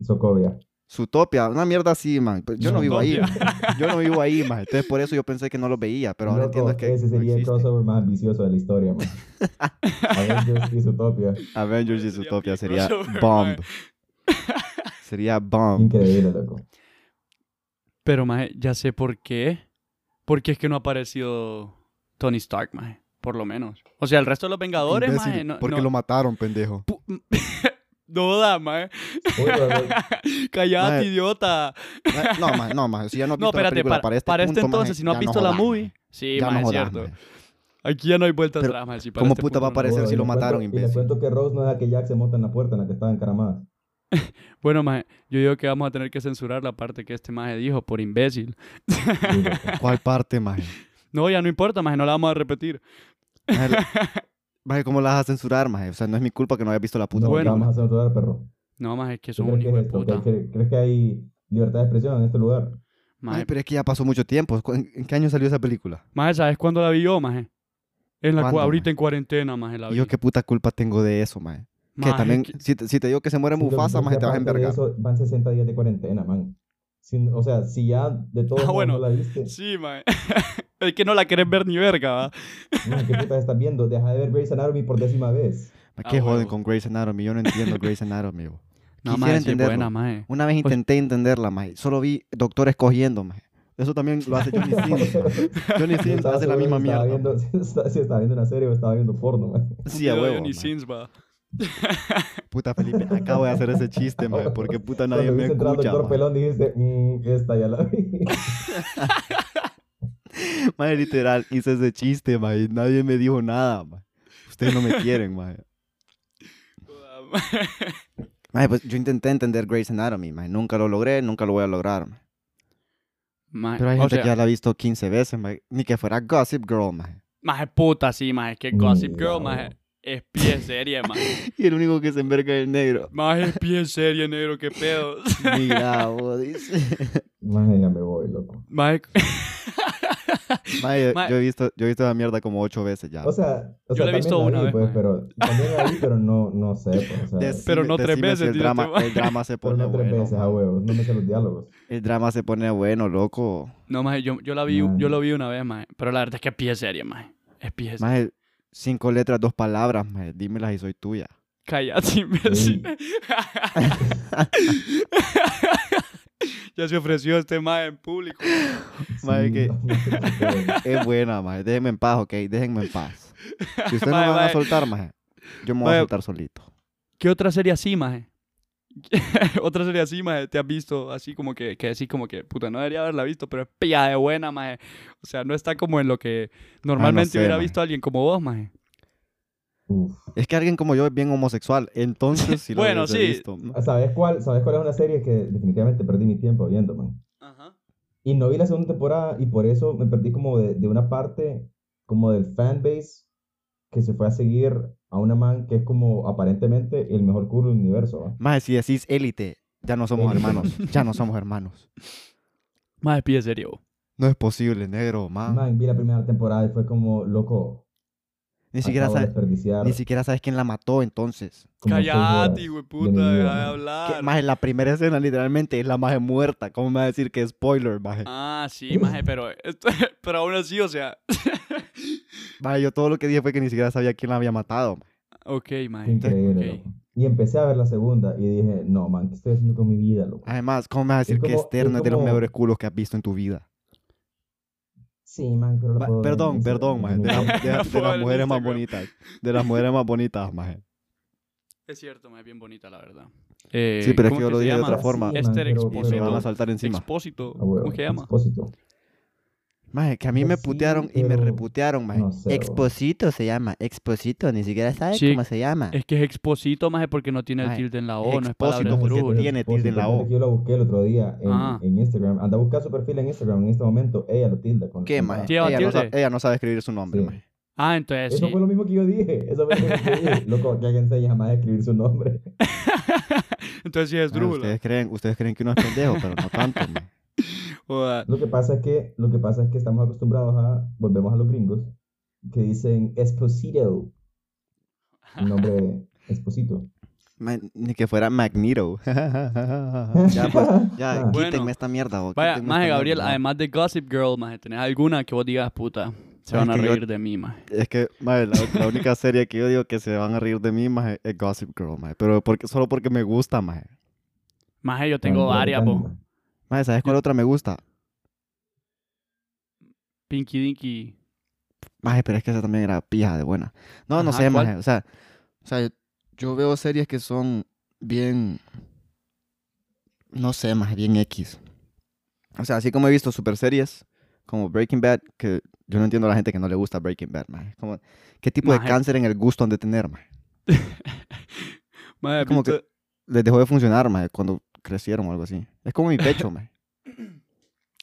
Speaker 3: Sokovia.
Speaker 1: Sutopia, una mierda así, man. Pero Yo no vivo ahí,
Speaker 2: Zootopia.
Speaker 1: yo no vivo ahí, man. Entonces por eso yo pensé que no los veía, pero ahora
Speaker 3: Loco,
Speaker 1: entiendo que
Speaker 3: Ese
Speaker 1: no
Speaker 3: sería el
Speaker 1: existe.
Speaker 3: crossover más ambicioso de la historia, man. Avengers y Zootopia.
Speaker 1: Avengers y
Speaker 2: Sería
Speaker 1: Zootopia sería
Speaker 2: peligroso,
Speaker 1: bomb.
Speaker 2: man.
Speaker 1: Sería bomb.
Speaker 3: Increíble, loco.
Speaker 2: Pero, maje, ya sé por qué. Porque es que no ha aparecido Tony Stark, maje. Por lo menos. O sea, el resto de los Vengadores, maje,
Speaker 1: Imbécil,
Speaker 2: no,
Speaker 1: porque
Speaker 2: no,
Speaker 1: lo mataron, pendejo.
Speaker 2: no da, maje.
Speaker 3: Uy, loco,
Speaker 2: Callate,
Speaker 1: Maje.
Speaker 2: idiota.
Speaker 1: Ma- No, más, no, más. Si ya no has
Speaker 2: No,
Speaker 1: visto la
Speaker 2: espérate,
Speaker 1: película
Speaker 2: para,
Speaker 1: para este,
Speaker 2: para este
Speaker 1: punto, maje,
Speaker 2: entonces, si no has
Speaker 1: ya
Speaker 2: visto la
Speaker 1: jodas,
Speaker 2: movie,
Speaker 1: maje.
Speaker 2: sí,
Speaker 1: ya
Speaker 2: maje,
Speaker 1: no
Speaker 2: es
Speaker 1: jodas,
Speaker 2: cierto.
Speaker 1: maje.
Speaker 2: Aquí ya no hay vuelta
Speaker 1: Pero,
Speaker 2: atrás, maje. si para
Speaker 1: ¿cómo
Speaker 2: este
Speaker 1: puta va a
Speaker 2: punto no-
Speaker 1: aparecer? Pareció
Speaker 3: y
Speaker 1: si lo
Speaker 3: les
Speaker 1: mataron,
Speaker 3: cuento- Y les
Speaker 1: imbécil.
Speaker 3: cuento que Rose no deja que Jack se monte en la puerta en la que estaba encaramada.
Speaker 2: Bueno, maje, yo digo que vamos a tener que censurar la parte que este maje dijo por imbécil.
Speaker 3: Sí, loco.
Speaker 1: ¿Cuál parte, maje?
Speaker 2: No, ya no importa, maje, no la vamos a repetir.
Speaker 1: Maje, la- maje, ¿cómo la vas a censurar, maje? O sea, no es mi culpa que no hayas visto la puta
Speaker 3: No,
Speaker 2: Bueno.
Speaker 1: película.
Speaker 3: vamos a hacer rodar, perro.
Speaker 2: No, maje, es que
Speaker 3: ¿Tú
Speaker 2: son un
Speaker 3: crees
Speaker 2: hijo
Speaker 3: que
Speaker 2: de
Speaker 3: es esto? ¿Crees
Speaker 2: puta.
Speaker 3: que- ¿Crees que hay libertad de expresión en este lugar?
Speaker 1: Maje,
Speaker 2: Maje,
Speaker 1: pero es que ya pasó mucho tiempo. ¿Cu- ¿En, en qué año salió esa película?
Speaker 2: Maje, ¿sabes cuándo la vi yo, maje? En la cu-
Speaker 1: ¿Cuándo,
Speaker 2: ahorita
Speaker 1: maje?
Speaker 2: en cuarentena, maje, la
Speaker 1: Y
Speaker 2: vi.
Speaker 1: yo qué puta culpa tengo de eso, maje. Que
Speaker 2: Maje,
Speaker 1: también,
Speaker 2: que-
Speaker 1: Si, te, si te digo que se muere
Speaker 3: Sí, loco,
Speaker 1: Mufasa,
Speaker 3: pero
Speaker 1: maje,
Speaker 3: es que
Speaker 1: te vas a
Speaker 3: aparte de
Speaker 1: envergar.
Speaker 3: eso, Van 60 días de cuarentena, man. Sin- o sea, si ya de todo
Speaker 2: Ah, bueno.
Speaker 3: no la viste,
Speaker 2: Sí, maje. es que no la querés ver ni verga, va.
Speaker 3: man, ¿qué puta estás viendo? Deja de ver Grey's Anatomy por décima vez.
Speaker 1: Maje,
Speaker 2: Ah,
Speaker 1: ¿Qué joden
Speaker 2: huevo.
Speaker 1: con Grey's Anatomy? Yo no entiendo Grey's Anatomy, bo.
Speaker 2: No,
Speaker 1: Quisiera
Speaker 2: maje, sí es
Speaker 1: entenderlo.
Speaker 2: buena, maje.
Speaker 1: Una vez
Speaker 3: Pues
Speaker 1: intenté entenderla, maje. Solo vi doctores cogiendo, maje. Eso también lo hace Johnny Sins. maje. Johnny
Speaker 3: Yo
Speaker 1: Sins
Speaker 3: estaba
Speaker 1: hace la misma
Speaker 3: seguro si
Speaker 1: mierda.
Speaker 3: estaba viendo- si estaba- si estaba viendo una serie o estaba viendo porno, man.
Speaker 1: maje.
Speaker 2: Un
Speaker 1: Sí, a
Speaker 2: video de
Speaker 1: huevo,
Speaker 2: Johnny
Speaker 1: maje.
Speaker 2: Sins, va.
Speaker 1: Puta Felipe, acabo de hacer ese chiste, Este, maje, porque puta nadie
Speaker 3: Cuando
Speaker 1: me
Speaker 3: viste entrando el
Speaker 1: escucha.
Speaker 3: doctor
Speaker 1: maje.
Speaker 3: Pelón dijiste, mmm, esta ya la vi.
Speaker 1: Maje, literal, hice ese chiste, maje, y nadie me dijo nada, maje. Ustedes no me quieren, maje. Maje, pues yo intenté entender Grey's Anatomy, maje. Nunca lo logré, nunca lo voy a lograr, maje.
Speaker 2: Maje,
Speaker 1: Pero hay
Speaker 2: o
Speaker 1: gente
Speaker 2: sea,
Speaker 1: que ya la ha visto 15 veces, maje. Ni que fuera Gossip Girl, maje.
Speaker 2: maje puta, sí, maje. Que
Speaker 1: Mm,
Speaker 2: Gossip Girl,
Speaker 3: Wow.
Speaker 2: maje, es pie serie, maje.
Speaker 1: Y el único que se enverga es el negro.
Speaker 2: Maje, es pie serie, negro, qué pedo.
Speaker 1: Mira, vos, dice.
Speaker 3: Man, ya me voy, loco.
Speaker 2: Maje,
Speaker 1: Maje,
Speaker 2: Maje.
Speaker 1: yo he visto, yo he visto la mierda como 8 veces ya.
Speaker 3: O sea, o
Speaker 2: Yo
Speaker 3: sea,
Speaker 2: la
Speaker 3: también
Speaker 2: he visto una
Speaker 3: vi,
Speaker 2: vez,
Speaker 3: pues,
Speaker 2: man.
Speaker 3: pero también la vi, pero no, no sé, pues, o sea,
Speaker 1: Decime-
Speaker 2: Pero no tres
Speaker 1: decime si
Speaker 2: veces,
Speaker 1: el
Speaker 2: dice
Speaker 1: drama,
Speaker 2: este maje.
Speaker 1: el drama se
Speaker 3: pero
Speaker 1: pone
Speaker 3: no tres
Speaker 1: bueno.
Speaker 3: veces a
Speaker 1: maje.
Speaker 3: huevos, no me sé los diálogos.
Speaker 1: El drama se pone bueno, loco.
Speaker 2: No, maje, yo, yo la vi,
Speaker 3: Maje.
Speaker 2: yo lo vi una vez, maje. Pero la verdad es que es pie serie, maje. Es pie serie.
Speaker 1: Maje, cinco letras, dos palabras, maje. Dímelas y soy tuya.
Speaker 2: Cállate, imbécil. ya se ofreció este maje en público.
Speaker 1: Madre, que-
Speaker 3: no, no sé qué pedo.
Speaker 1: Es buena, maje. Déjenme en paz, ok. Déjenme en paz. Si ustedes no
Speaker 2: Maje,
Speaker 1: me van a
Speaker 2: maje.
Speaker 1: soltar, maje, yo me voy
Speaker 2: Maje.
Speaker 1: a soltar solito.
Speaker 2: ¿Qué otra serie así, maje? otra serie así, maje, te has visto así como que, que decís como que, puta, no debería haberla visto, pero es pilla de buena, maje. O sea, no está como en lo que normalmente
Speaker 1: sé,
Speaker 2: hubiera
Speaker 1: maje.
Speaker 2: visto alguien como vos, maje.
Speaker 3: Uf.
Speaker 1: Es que alguien como yo es bien homosexual. Entonces, si lo
Speaker 2: Bueno,
Speaker 1: hubiese
Speaker 2: sí.
Speaker 1: visto. ¿no?
Speaker 3: Ah, ¿Sabes cuál, ¿Sabes cuál es una serie que definitivamente perdí mi tiempo viendo, man?
Speaker 2: Ajá.
Speaker 3: Y no vi la segunda temporada y por eso me perdí como de, de una parte como del fanbase que se fue a seguir a una man que es como aparentemente el mejor culo del universo, ¿va?
Speaker 1: Maje, si decís élite, ya no somos
Speaker 3: Élite.
Speaker 1: hermanos. Ya no somos hermanos.
Speaker 2: Maje, pilla de serie, vos.
Speaker 1: No es posible, negro, man.
Speaker 3: Man, vi la primera temporada y fue como, loco,
Speaker 1: Ni siquiera,
Speaker 3: acabo de
Speaker 1: sabes,
Speaker 3: desperdiciar
Speaker 1: ni siquiera sabes quién la mató entonces.
Speaker 3: como seis
Speaker 2: Callate,
Speaker 3: horas
Speaker 2: güey,
Speaker 3: mi
Speaker 2: puta,
Speaker 3: vida,
Speaker 2: deja de
Speaker 3: man.
Speaker 2: hablar.
Speaker 1: Más en la primera escena, literalmente, es la maje muerta. ¿Cómo me va a decir que es spoiler, maje?
Speaker 2: Ah, sí, maje, pero, esto- pero aún así, o sea.
Speaker 1: Maje, yo todo lo que dije fue que ni siquiera sabía quién la había matado. maje.
Speaker 2: ok, maje.
Speaker 3: Increíble,
Speaker 2: ok.
Speaker 3: loco. Y empecé a ver la segunda y dije, no, man, ¿qué estoy haciendo con mi vida, loco?
Speaker 2: Ah.
Speaker 1: Además, ¿cómo me vas a decir que
Speaker 3: como-
Speaker 1: Stern
Speaker 3: es
Speaker 1: es de los
Speaker 3: como-
Speaker 1: mejores culos que has visto en tu vida?
Speaker 3: Sí, man, pero la
Speaker 1: Ma-
Speaker 3: puedo ver en
Speaker 1: perdón,
Speaker 3: Instagram,
Speaker 1: perdón, maje.
Speaker 3: no
Speaker 1: De,
Speaker 3: me
Speaker 1: la-
Speaker 3: importa.
Speaker 1: de- de
Speaker 2: Pobre
Speaker 1: las mujeres más
Speaker 2: Instagram.
Speaker 1: bonitas. De las mujeres más bonitas, maje.
Speaker 2: Es cierto, maje, bien bonita, la verdad. Eh,
Speaker 1: Sí, pero es
Speaker 2: ¿cómo
Speaker 1: que yo lo
Speaker 2: se
Speaker 1: dije de
Speaker 2: llama?
Speaker 1: otra forma.
Speaker 3: Sí,
Speaker 2: Esther
Speaker 3: man, pero-
Speaker 1: Y me
Speaker 3: pero-
Speaker 1: van a
Speaker 2: Expósito.
Speaker 1: saltar encima.
Speaker 2: Expósito.
Speaker 3: Ah, huevo,
Speaker 2: ¿Cómo se llama?
Speaker 3: Expósito.
Speaker 1: Maje, que a mí me
Speaker 3: Pues sí,
Speaker 1: putearon y me
Speaker 3: pero-
Speaker 1: reputearon, maje.
Speaker 3: no sé, bro.
Speaker 1: Exposito se llama. Exposito, ni siquiera sabes
Speaker 2: Sí,
Speaker 1: cómo se llama.
Speaker 2: Es que es expósito, maje, porque no tiene el
Speaker 1: Maje,
Speaker 2: tilde en la
Speaker 1: es
Speaker 2: O, no es palabra
Speaker 1: expósito
Speaker 2: de
Speaker 1: porque
Speaker 2: brujo.
Speaker 1: tiene- tilde en la
Speaker 3: fíjate
Speaker 1: O.
Speaker 3: que Yo la busqué el otro día en,
Speaker 2: Ah.
Speaker 3: en Instagram. Anda a buscar su perfil en Instagram en este momento. Ella lo tilda. Con
Speaker 1: ¿Qué,
Speaker 3: con
Speaker 1: maje?
Speaker 3: la-
Speaker 2: Tía
Speaker 1: Ella no, sa-
Speaker 2: Matilde.
Speaker 1: ella no sabe escribir su nombre,
Speaker 3: Sí.
Speaker 1: maje.
Speaker 2: Ah, entonces
Speaker 3: Eso
Speaker 2: sí.
Speaker 3: fue lo mismo que yo dije. Eso fue lo mismo que yo dije. Loco, que alguien se haya jamás a escribir su nombre.
Speaker 2: entonces sí es
Speaker 1: Maje,
Speaker 2: drújula.
Speaker 1: ustedes, creen, ustedes creen que uno es pendejo, pero no tanto, maje.
Speaker 2: Joda.
Speaker 3: Lo que pasa es que, lo que, pasa es que estamos acostumbrados a, volvemos a los gringos, que dicen Esposito. Un nombre Esposito.
Speaker 1: Ma- Ni que fuera Magneto. ya, pues, ya,
Speaker 3: Ah.
Speaker 1: quítenme
Speaker 2: Bueno.
Speaker 1: esta mierda. o
Speaker 2: Vaya,
Speaker 1: quítenme
Speaker 2: maje,
Speaker 1: esta
Speaker 2: Gabriel,
Speaker 1: mierda, maje.
Speaker 2: además de Gossip Girl, maje, ¿tenés alguna que vos digas, puta? Se
Speaker 1: Maje,
Speaker 2: van a
Speaker 1: es que yo-
Speaker 2: reír de mí, maje.
Speaker 1: Es que, maje, la, la única serie que yo digo que se van a reír de mí, maje, es Gossip Girl, maje. Pero porque, solo porque me gusta, maje.
Speaker 2: Maje, yo tengo
Speaker 3: Nombre
Speaker 2: varias, po.
Speaker 3: británico.
Speaker 1: Maje, ¿sabes cuál otra me gusta?
Speaker 2: Pinky Dinky.
Speaker 1: Maje, pero es que esa también era pija de buena. No, no
Speaker 2: Ajá,
Speaker 1: sé,
Speaker 2: ¿cuál?
Speaker 1: maje. O sea, o sea, yo veo series que son bien. No sé, maje, bien X. O sea, así como he visto super series como Breaking Bad, que yo no entiendo a la gente que no le gusta Breaking Bad, maje. Como, ¿Qué tipo
Speaker 2: Maje.
Speaker 1: de cáncer en el gusto han de tener, maje?
Speaker 2: Maje,
Speaker 1: Como que-
Speaker 2: viste-
Speaker 1: Les dejó de funcionar, maje, cuando crecieron o algo así. Es como mi pecho, maje.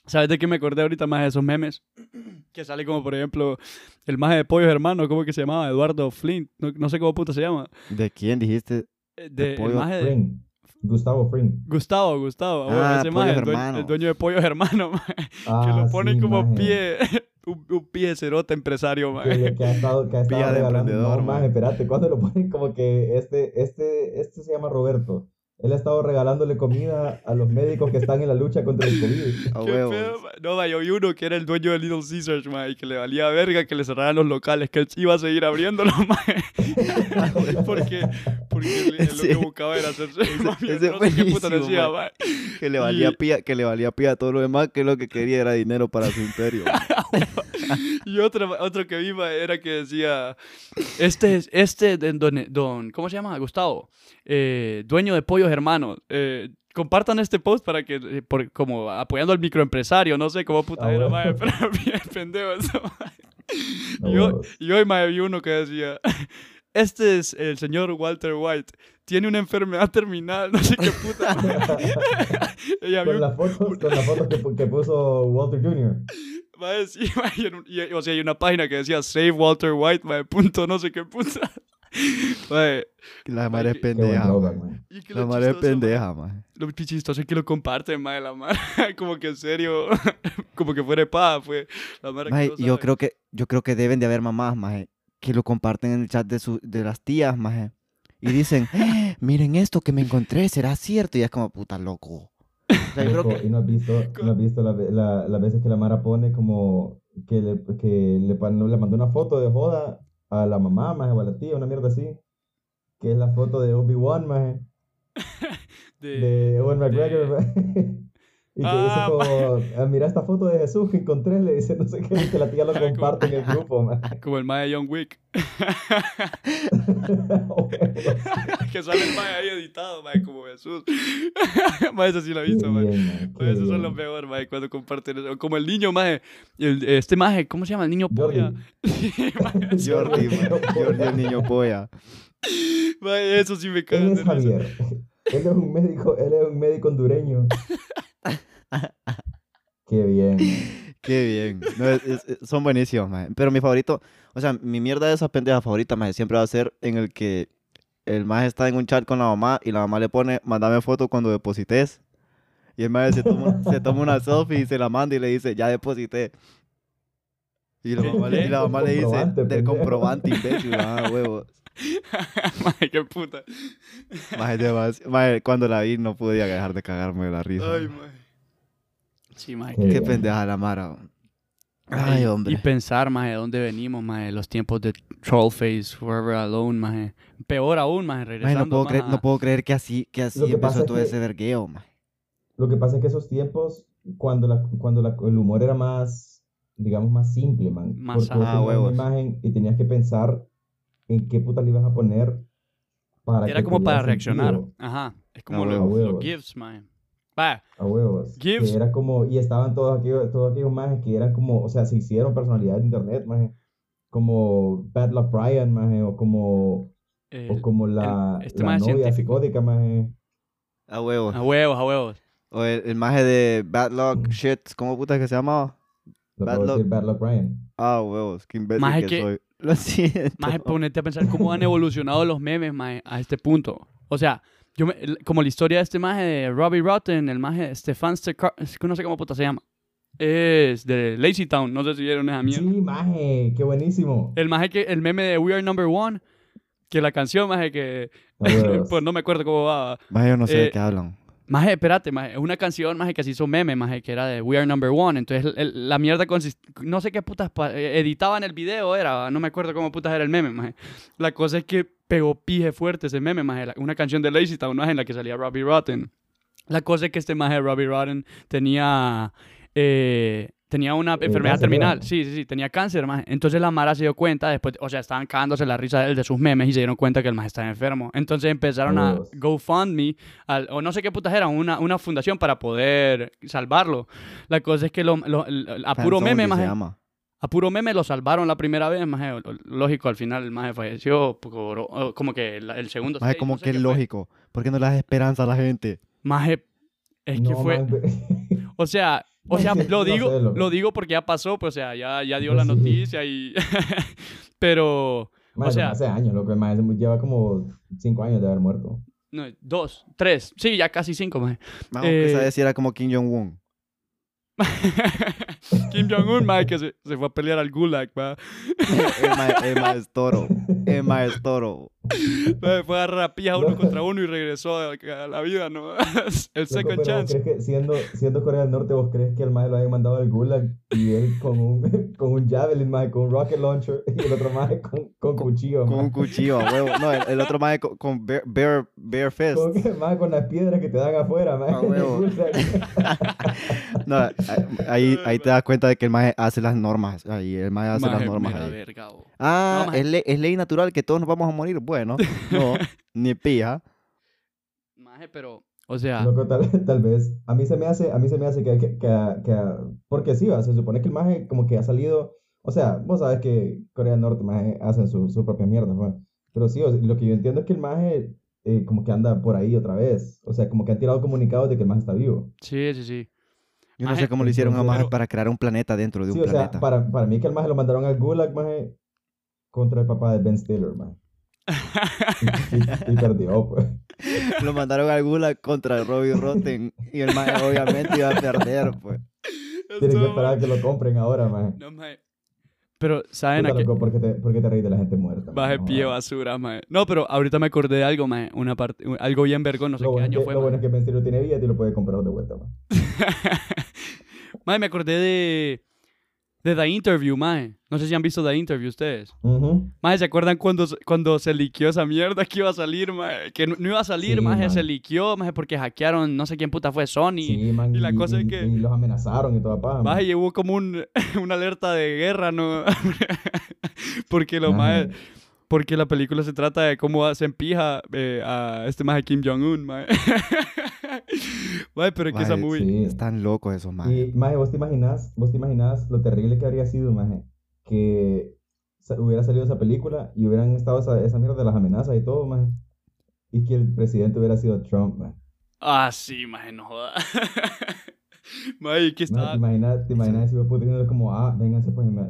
Speaker 2: ¿Sabes de qué me acordé ahorita más de esos memes? Que sale como, por ejemplo, el maje de Pollos Hermanos, ¿cómo que se llamaba? Eduardo Flint, no, no sé cómo puta se llama.
Speaker 1: ¿De quién dijiste?
Speaker 2: Eh, De, el
Speaker 1: Pollos
Speaker 2: maje de-
Speaker 3: Fring. Gustavo Fring.
Speaker 2: Gustavo, Gustavo, ah,
Speaker 1: Ah,
Speaker 2: ese
Speaker 1: Pollos
Speaker 2: maje, el, dueño-
Speaker 1: Hermanos.
Speaker 2: el dueño de Pollos Hermanos, maje, que
Speaker 3: Ah,
Speaker 2: lo pone
Speaker 3: sí,
Speaker 2: como
Speaker 3: maje.
Speaker 2: pie, un, un pie cerote empresario,
Speaker 3: que,
Speaker 2: maje.
Speaker 3: le- que ha estado, que ha estado
Speaker 1: Vía de
Speaker 3: regalando.
Speaker 1: emprendedor,
Speaker 3: no,
Speaker 1: man.
Speaker 3: man, espérate, ¿cuándo lo ponen? Como que este, este, este se llama Roberto. Él ha estado regalándole comida a los médicos que están en la lucha contra el COVID.
Speaker 1: A
Speaker 2: ¿Qué
Speaker 1: huevos.
Speaker 2: pedo, maje? No, maje, yo vi uno que era el dueño de Little Caesars, maje, y que le valía verga que le cerraran los locales, que él iba a seguir abriéndolos, maje. porque porque él- él lo que
Speaker 1: Ese-
Speaker 2: buscaba era hacerse mami,
Speaker 1: ese
Speaker 2: no sé qué
Speaker 1: buenísimo,
Speaker 2: puta decía,
Speaker 1: maje.
Speaker 2: maje.
Speaker 1: Que le valía
Speaker 2: Y-
Speaker 1: pía, que le valía pía a todo lo demás, que lo que quería era dinero para su imperio. maje.
Speaker 2: Y otro, otro que vi ma, era que decía, este es, este, de- don, don, ¿cómo se llama? Gustavo, eh, dueño de Pollos Hermanos, eh, compartan este post para que, eh, por- como apoyando al microempresario, no sé cómo puta
Speaker 3: Ah,
Speaker 2: era,
Speaker 3: bueno. Ah,
Speaker 2: ma, pero bien pendejo eso, ma.
Speaker 3: No,
Speaker 2: Y yo,
Speaker 3: huevos.
Speaker 2: y hoy ma, vi uno que decía, este es el señor Walter White, tiene una enfermedad terminal, no sé qué puta. ma. Y había
Speaker 3: con
Speaker 2: un
Speaker 3: las fotos, con las fotos que, pu- que puso Walter Jr.
Speaker 2: Mae, sí, mae, y en un- y- o sea, hay una página que decía Save Walter White, mae, punto no sé qué puta. Mae,
Speaker 1: Que la madre es
Speaker 2: Qué- qué
Speaker 3: Qué buen
Speaker 1: pendeja.
Speaker 3: throwback,
Speaker 1: maje.
Speaker 3: man.
Speaker 2: y que
Speaker 1: La
Speaker 2: lo
Speaker 1: madre es
Speaker 2: chistoso,
Speaker 1: pendeja, maje.
Speaker 2: mae, Lo chistoso es que lo comparten, mae, la mar. Como que en serio, como que fuera paja, fue. La mar
Speaker 1: Maje, yo creo que yo creo que deben de haber mamás, maje, que lo comparten en el chat de su, de las tías, maje. Y dicen, "Eh, miren esto que me encontré, ¿será cierto? Y es como, puta loco. O sea, yo creo
Speaker 3: Loco,
Speaker 1: que-
Speaker 3: Y no has visto, no has visto la- la- las veces que la Mara pone como que le, que le, pan- le mandó una foto de joda a la mamá, más o a la tía, una mierda así. Que es la foto de Obi-Wan, maje. de Ewan McGregor. ¿verdad? Y que dice
Speaker 2: Ah,
Speaker 3: como, "Ah, mira esta foto de Jesús que encontré, le dice, no sé qué, que la tía lo
Speaker 2: Como-
Speaker 3: comparte en el grupo, man.
Speaker 2: Como el mae de John Wick. que sale el mae ahí editado, mae, como Jesús. mae, eso sí lo he
Speaker 3: Qué
Speaker 2: visto, mae.
Speaker 3: bien, man, qué
Speaker 2: Mae, Esos son
Speaker 3: bien.
Speaker 2: los peor, mae, cuando comparten eso. Como el niño, mae. el- este maje, ¿cómo se llama? El niño
Speaker 3: Jordi.
Speaker 2: polla. Sí, mae, eso-
Speaker 1: Jordi, maje,
Speaker 3: Jordi,
Speaker 1: Jordi el niño polla.
Speaker 2: mae, eso sí me cae.
Speaker 3: Él es Javier. Él es un médico, él es un médico hondureño. Qué bien. man.
Speaker 1: Qué bien. No, es- es- es- son buenísimos, maje. Pero mi favorito, o sea, mi mierda de esas pendejas favoritas, maje, siempre va a ser en el que el maje está en un chat con la mamá y la mamá le pone, mandame foto cuando deposites. Y el maje se toma, se toma una selfie y se la manda y le dice, ya deposité. Y la mamá, le- y la mamá le dice,
Speaker 3: Comprobante,
Speaker 1: del
Speaker 3: pendejo".
Speaker 1: comprobante imbécil, ah, huevo.
Speaker 2: Maje, qué puta.
Speaker 1: Maje, demasi- maje, cuando la vi no podía dejar de cagarme de la risa.
Speaker 2: Ay, maje. Sí, maje.
Speaker 3: Sí.
Speaker 1: Qué
Speaker 3: bueno.
Speaker 1: pendeja la Mara. man. Eh, Ay,
Speaker 2: Y-
Speaker 1: hombre.
Speaker 2: Y pensar, más de dónde venimos, más de los tiempos de Trollface, Forever Alone, más Peor aún, más
Speaker 1: Maje,
Speaker 2: regresando
Speaker 1: no, puedo
Speaker 2: maje,
Speaker 1: creer, no
Speaker 2: a-
Speaker 1: puedo creer que así, que así
Speaker 3: Lo que
Speaker 1: empezó
Speaker 3: pasa es
Speaker 1: todo
Speaker 3: que-
Speaker 1: ese vergueo, maje.
Speaker 3: Lo que pasa es que esos tiempos, cuando, la, cuando la- el humor era más, digamos, más simple, man.
Speaker 2: Más
Speaker 3: porque vos
Speaker 1: ah,
Speaker 3: tenías
Speaker 1: huevos.
Speaker 3: una imagen y tenías que pensar en qué puta le ibas a poner para
Speaker 2: Era
Speaker 3: que
Speaker 2: como para
Speaker 3: tuviera
Speaker 2: reaccionar.
Speaker 3: sentido,
Speaker 2: Ajá. Es como
Speaker 1: A
Speaker 2: los
Speaker 3: huevo.
Speaker 2: los GIFs, maje. Va,
Speaker 3: A huevos. que
Speaker 2: Gives-
Speaker 3: era como, y estaban todos aquellos, todos aquellos majes que eran como, o sea, se hicieron personalidades de internet, maje. Como Bad Luck Brian, maje, o como,
Speaker 2: eh,
Speaker 3: o como la,
Speaker 2: el- este
Speaker 3: la
Speaker 2: maje
Speaker 3: novia
Speaker 2: científico.
Speaker 3: psicótica, eh, maje.
Speaker 1: A huevo.
Speaker 2: a huevos, a huevos.
Speaker 1: O el, el maje de Bad
Speaker 2: Mm.
Speaker 1: Luck Shit, ¿cómo puta que se llamaba?
Speaker 3: Lo
Speaker 1: Bad
Speaker 3: acabo de
Speaker 1: Luck.
Speaker 3: decir, Bad Luck Brian.
Speaker 1: Ah, huevos, qué imbécil
Speaker 2: Maje,
Speaker 1: que,
Speaker 2: que-
Speaker 1: soy. Lo siento.
Speaker 2: Más ponerte a pensar cómo han evolucionado los memes maje, a este punto. O sea, yo me- el- como la historia de este maje de Robbie Rotten, el maje Stefan Stekar, es que no sé cómo puta se llama. Es de Lazy Town, no sé si vieron esa mierda.
Speaker 3: Sí, maje, qué buenísimo.
Speaker 2: El maje que el meme de We Are Number One, que la canción maje que
Speaker 3: A huevos.
Speaker 2: pues no me acuerdo cómo va.
Speaker 1: Maje, yo no sé
Speaker 2: Eh,
Speaker 1: de qué hablan.
Speaker 2: Maje, espérate, maje, es una canción maje que se hizo meme, maje, que era de We Are Number One. Entonces el- el- la mierda consist... no sé qué putas pa- eh, editaban el video era, no me acuerdo cómo putas era el meme, maje. La cosa es que pegó pije fuerte ese meme, maje, la- una canción de Lazy Town, maje, en la que salía Robbie Rotten. La cosa es que este maje Robbie Rotten tenía eh, tenía una
Speaker 3: Eh,
Speaker 2: enfermedad
Speaker 3: cáncer,
Speaker 2: terminal.
Speaker 3: ¿verdad?
Speaker 2: Sí, sí, sí, tenía cáncer, maje. Entonces la Mara se dio cuenta después, o sea, estaban cagándose la risa de él de sus memes y se dieron cuenta que el maje estaba enfermo. Entonces empezaron a
Speaker 3: Huevos.
Speaker 2: GoFundMe al- o no sé qué putas era, una, una fundación para poder salvarlo. La cosa es que lo, lo- lo- a puro
Speaker 1: Fanzombie
Speaker 2: meme,
Speaker 1: se
Speaker 2: maje,
Speaker 1: llama.
Speaker 2: a puro meme lo salvaron la primera vez, maje. Lo- Lógico, al final el maje falleció, por- o como que la- el segundo...
Speaker 1: Maje,
Speaker 2: stage,
Speaker 1: como
Speaker 2: no sé
Speaker 1: que
Speaker 2: qué
Speaker 1: es
Speaker 2: fue.
Speaker 1: lógico. ¿Por qué no le das esperanza a la gente?
Speaker 2: Maje, es que
Speaker 3: No,
Speaker 2: fue...
Speaker 3: maje.
Speaker 2: O sea, o sea, lo
Speaker 3: No sé,
Speaker 2: digo,
Speaker 3: loco.
Speaker 2: lo digo porque ya pasó, pues, o sea, ya, ya dio
Speaker 3: Pues
Speaker 2: la
Speaker 3: sí.
Speaker 2: noticia y... Pero...
Speaker 3: Madre,
Speaker 2: sea-
Speaker 3: hace años, loco, el maje se mu- lleva como 5 años de haber muerto.
Speaker 2: no, dos, tres, sí, ya casi cinco, maje.
Speaker 1: Maje, aunque
Speaker 2: Eh,
Speaker 1: esa vez sí era como Kim Jong-un.
Speaker 2: Kim Jong-un, maje, que se, se fue a pelear al Gulag, maje.
Speaker 1: El maje- el maje es toro. El maje es toro.
Speaker 2: Mae, Fue a rapilla uno contra uno y regresó a a la vida, ¿no? El
Speaker 3: Loco,
Speaker 2: second
Speaker 3: pero
Speaker 2: chance.
Speaker 3: ¿Crees que siendo, siendo Corea del Norte, vos crees que el maje lo haya mandado al Gulag y él con un, con un Javelin, maje, con un Rocket Launcher y el otro maje con, con cuchillo,
Speaker 1: Con un
Speaker 3: maje?
Speaker 1: cuchillo, a huevo. No, el, el otro maje con, con bear, bear, bear Fist.
Speaker 3: Con, maje, con las piedras que te dan afuera, maje.
Speaker 1: A
Speaker 3: del
Speaker 1: huevo.
Speaker 3: Gulag.
Speaker 1: No, a- ahí, ahí te das cuenta de que el maje hace las normas. Ahí el maje hace
Speaker 2: Maje,
Speaker 1: las normas.
Speaker 2: mera
Speaker 1: ahí.
Speaker 2: verga, bo.
Speaker 1: Ah,
Speaker 2: No, maje.
Speaker 1: es, ley, es ley natural que todos nos vamos a morir. Bueno, no, ni pija.
Speaker 2: Maje, pero, o
Speaker 1: Ah.
Speaker 2: sea,
Speaker 3: Loco, tal, tal vez. A mí se me hace, a mí se me hace que, que, que- que- porque sí, va, se supone que el maje como que ha salido, o sea, vos sabes que Corea del Norte maje hacen su, su propia mierda, bueno. Pero sí, o sea, lo que yo entiendo es que el maje eh, como que anda por ahí otra vez, o sea, como que han tirado comunicados de que el maje está vivo.
Speaker 2: sí, sí, sí.
Speaker 1: Yo no
Speaker 2: Maje,
Speaker 1: sé cómo lo hicieron a
Speaker 3: entonces-
Speaker 1: maje
Speaker 2: pero-
Speaker 1: para crear un planeta dentro de un
Speaker 3: Sí, o sea,
Speaker 1: planeta.
Speaker 3: para, para mí que el maje lo mandaron al Gulag, maje, contra el papá de Ben Stiller, maje. Y, y- y perdió, pues.
Speaker 1: Lo mandaron a Gulag contra Robbie Rotten. Y el maje obviamente iba a perder, pues.
Speaker 3: Tienen que esperar a que lo compren ahora, maje.
Speaker 2: No, maje. Pero, ¿saben a
Speaker 3: Puta,
Speaker 2: qué?
Speaker 3: loco, ¿por qué te, por qué te reís de la gente muerta? maje?
Speaker 2: Baje
Speaker 3: No
Speaker 2: pie
Speaker 3: jodas.
Speaker 2: basura, maje. No, pero ahorita me acordé de algo, maje. Una parte, un- algo bien vergón, no sé
Speaker 3: lo
Speaker 2: qué
Speaker 3: bueno, es
Speaker 2: año
Speaker 3: que,
Speaker 2: fue,
Speaker 3: lo
Speaker 2: maje.
Speaker 3: bueno es que Ben Stiller tiene billete y lo puede comprar de vuelta, maje.
Speaker 2: Maje, me acordé de... De The Interview, maje. No sé si han visto The Interview ustedes.
Speaker 3: Ujú.
Speaker 2: Maje, ¿se acuerdan cuando, cuando se liqueó esa mierda que iba a salir, maje? Que no, no iba a salir,
Speaker 3: Sí,
Speaker 2: maje,
Speaker 3: maje.
Speaker 2: se liqueó, maje, porque hackearon, no sé quién puta fue, Sony.
Speaker 3: Sí, man,
Speaker 2: y la cosa es que-
Speaker 3: y los amenazaron y toda paja.
Speaker 2: Maje,
Speaker 3: man.
Speaker 2: y hubo como un, una alerta de guerra, ¿no? porque lo
Speaker 3: Maje,
Speaker 2: maje- porque la película se trata de cómo hacen pija eh, a este maje Kim Jong-un, maje. Maje, pero es que esa
Speaker 1: Maje,
Speaker 2: movie...
Speaker 3: sí.
Speaker 1: Están locos esos majes.
Speaker 3: Y maje, vos te imaginas, vos te imaginas lo terrible que habría sido, maje, que sa- hubiera salido esa película y hubieran estado esa, esa mierda de las amenazas y todo, maje. Y que el presidente hubiera sido Trump, maje.
Speaker 2: Ah, sí, maje, no joda. maje,
Speaker 3: Maje,
Speaker 2: que estaba...
Speaker 3: te imaginas, te imaginas si vos puto diciendo como, ah, vénganse pues. me-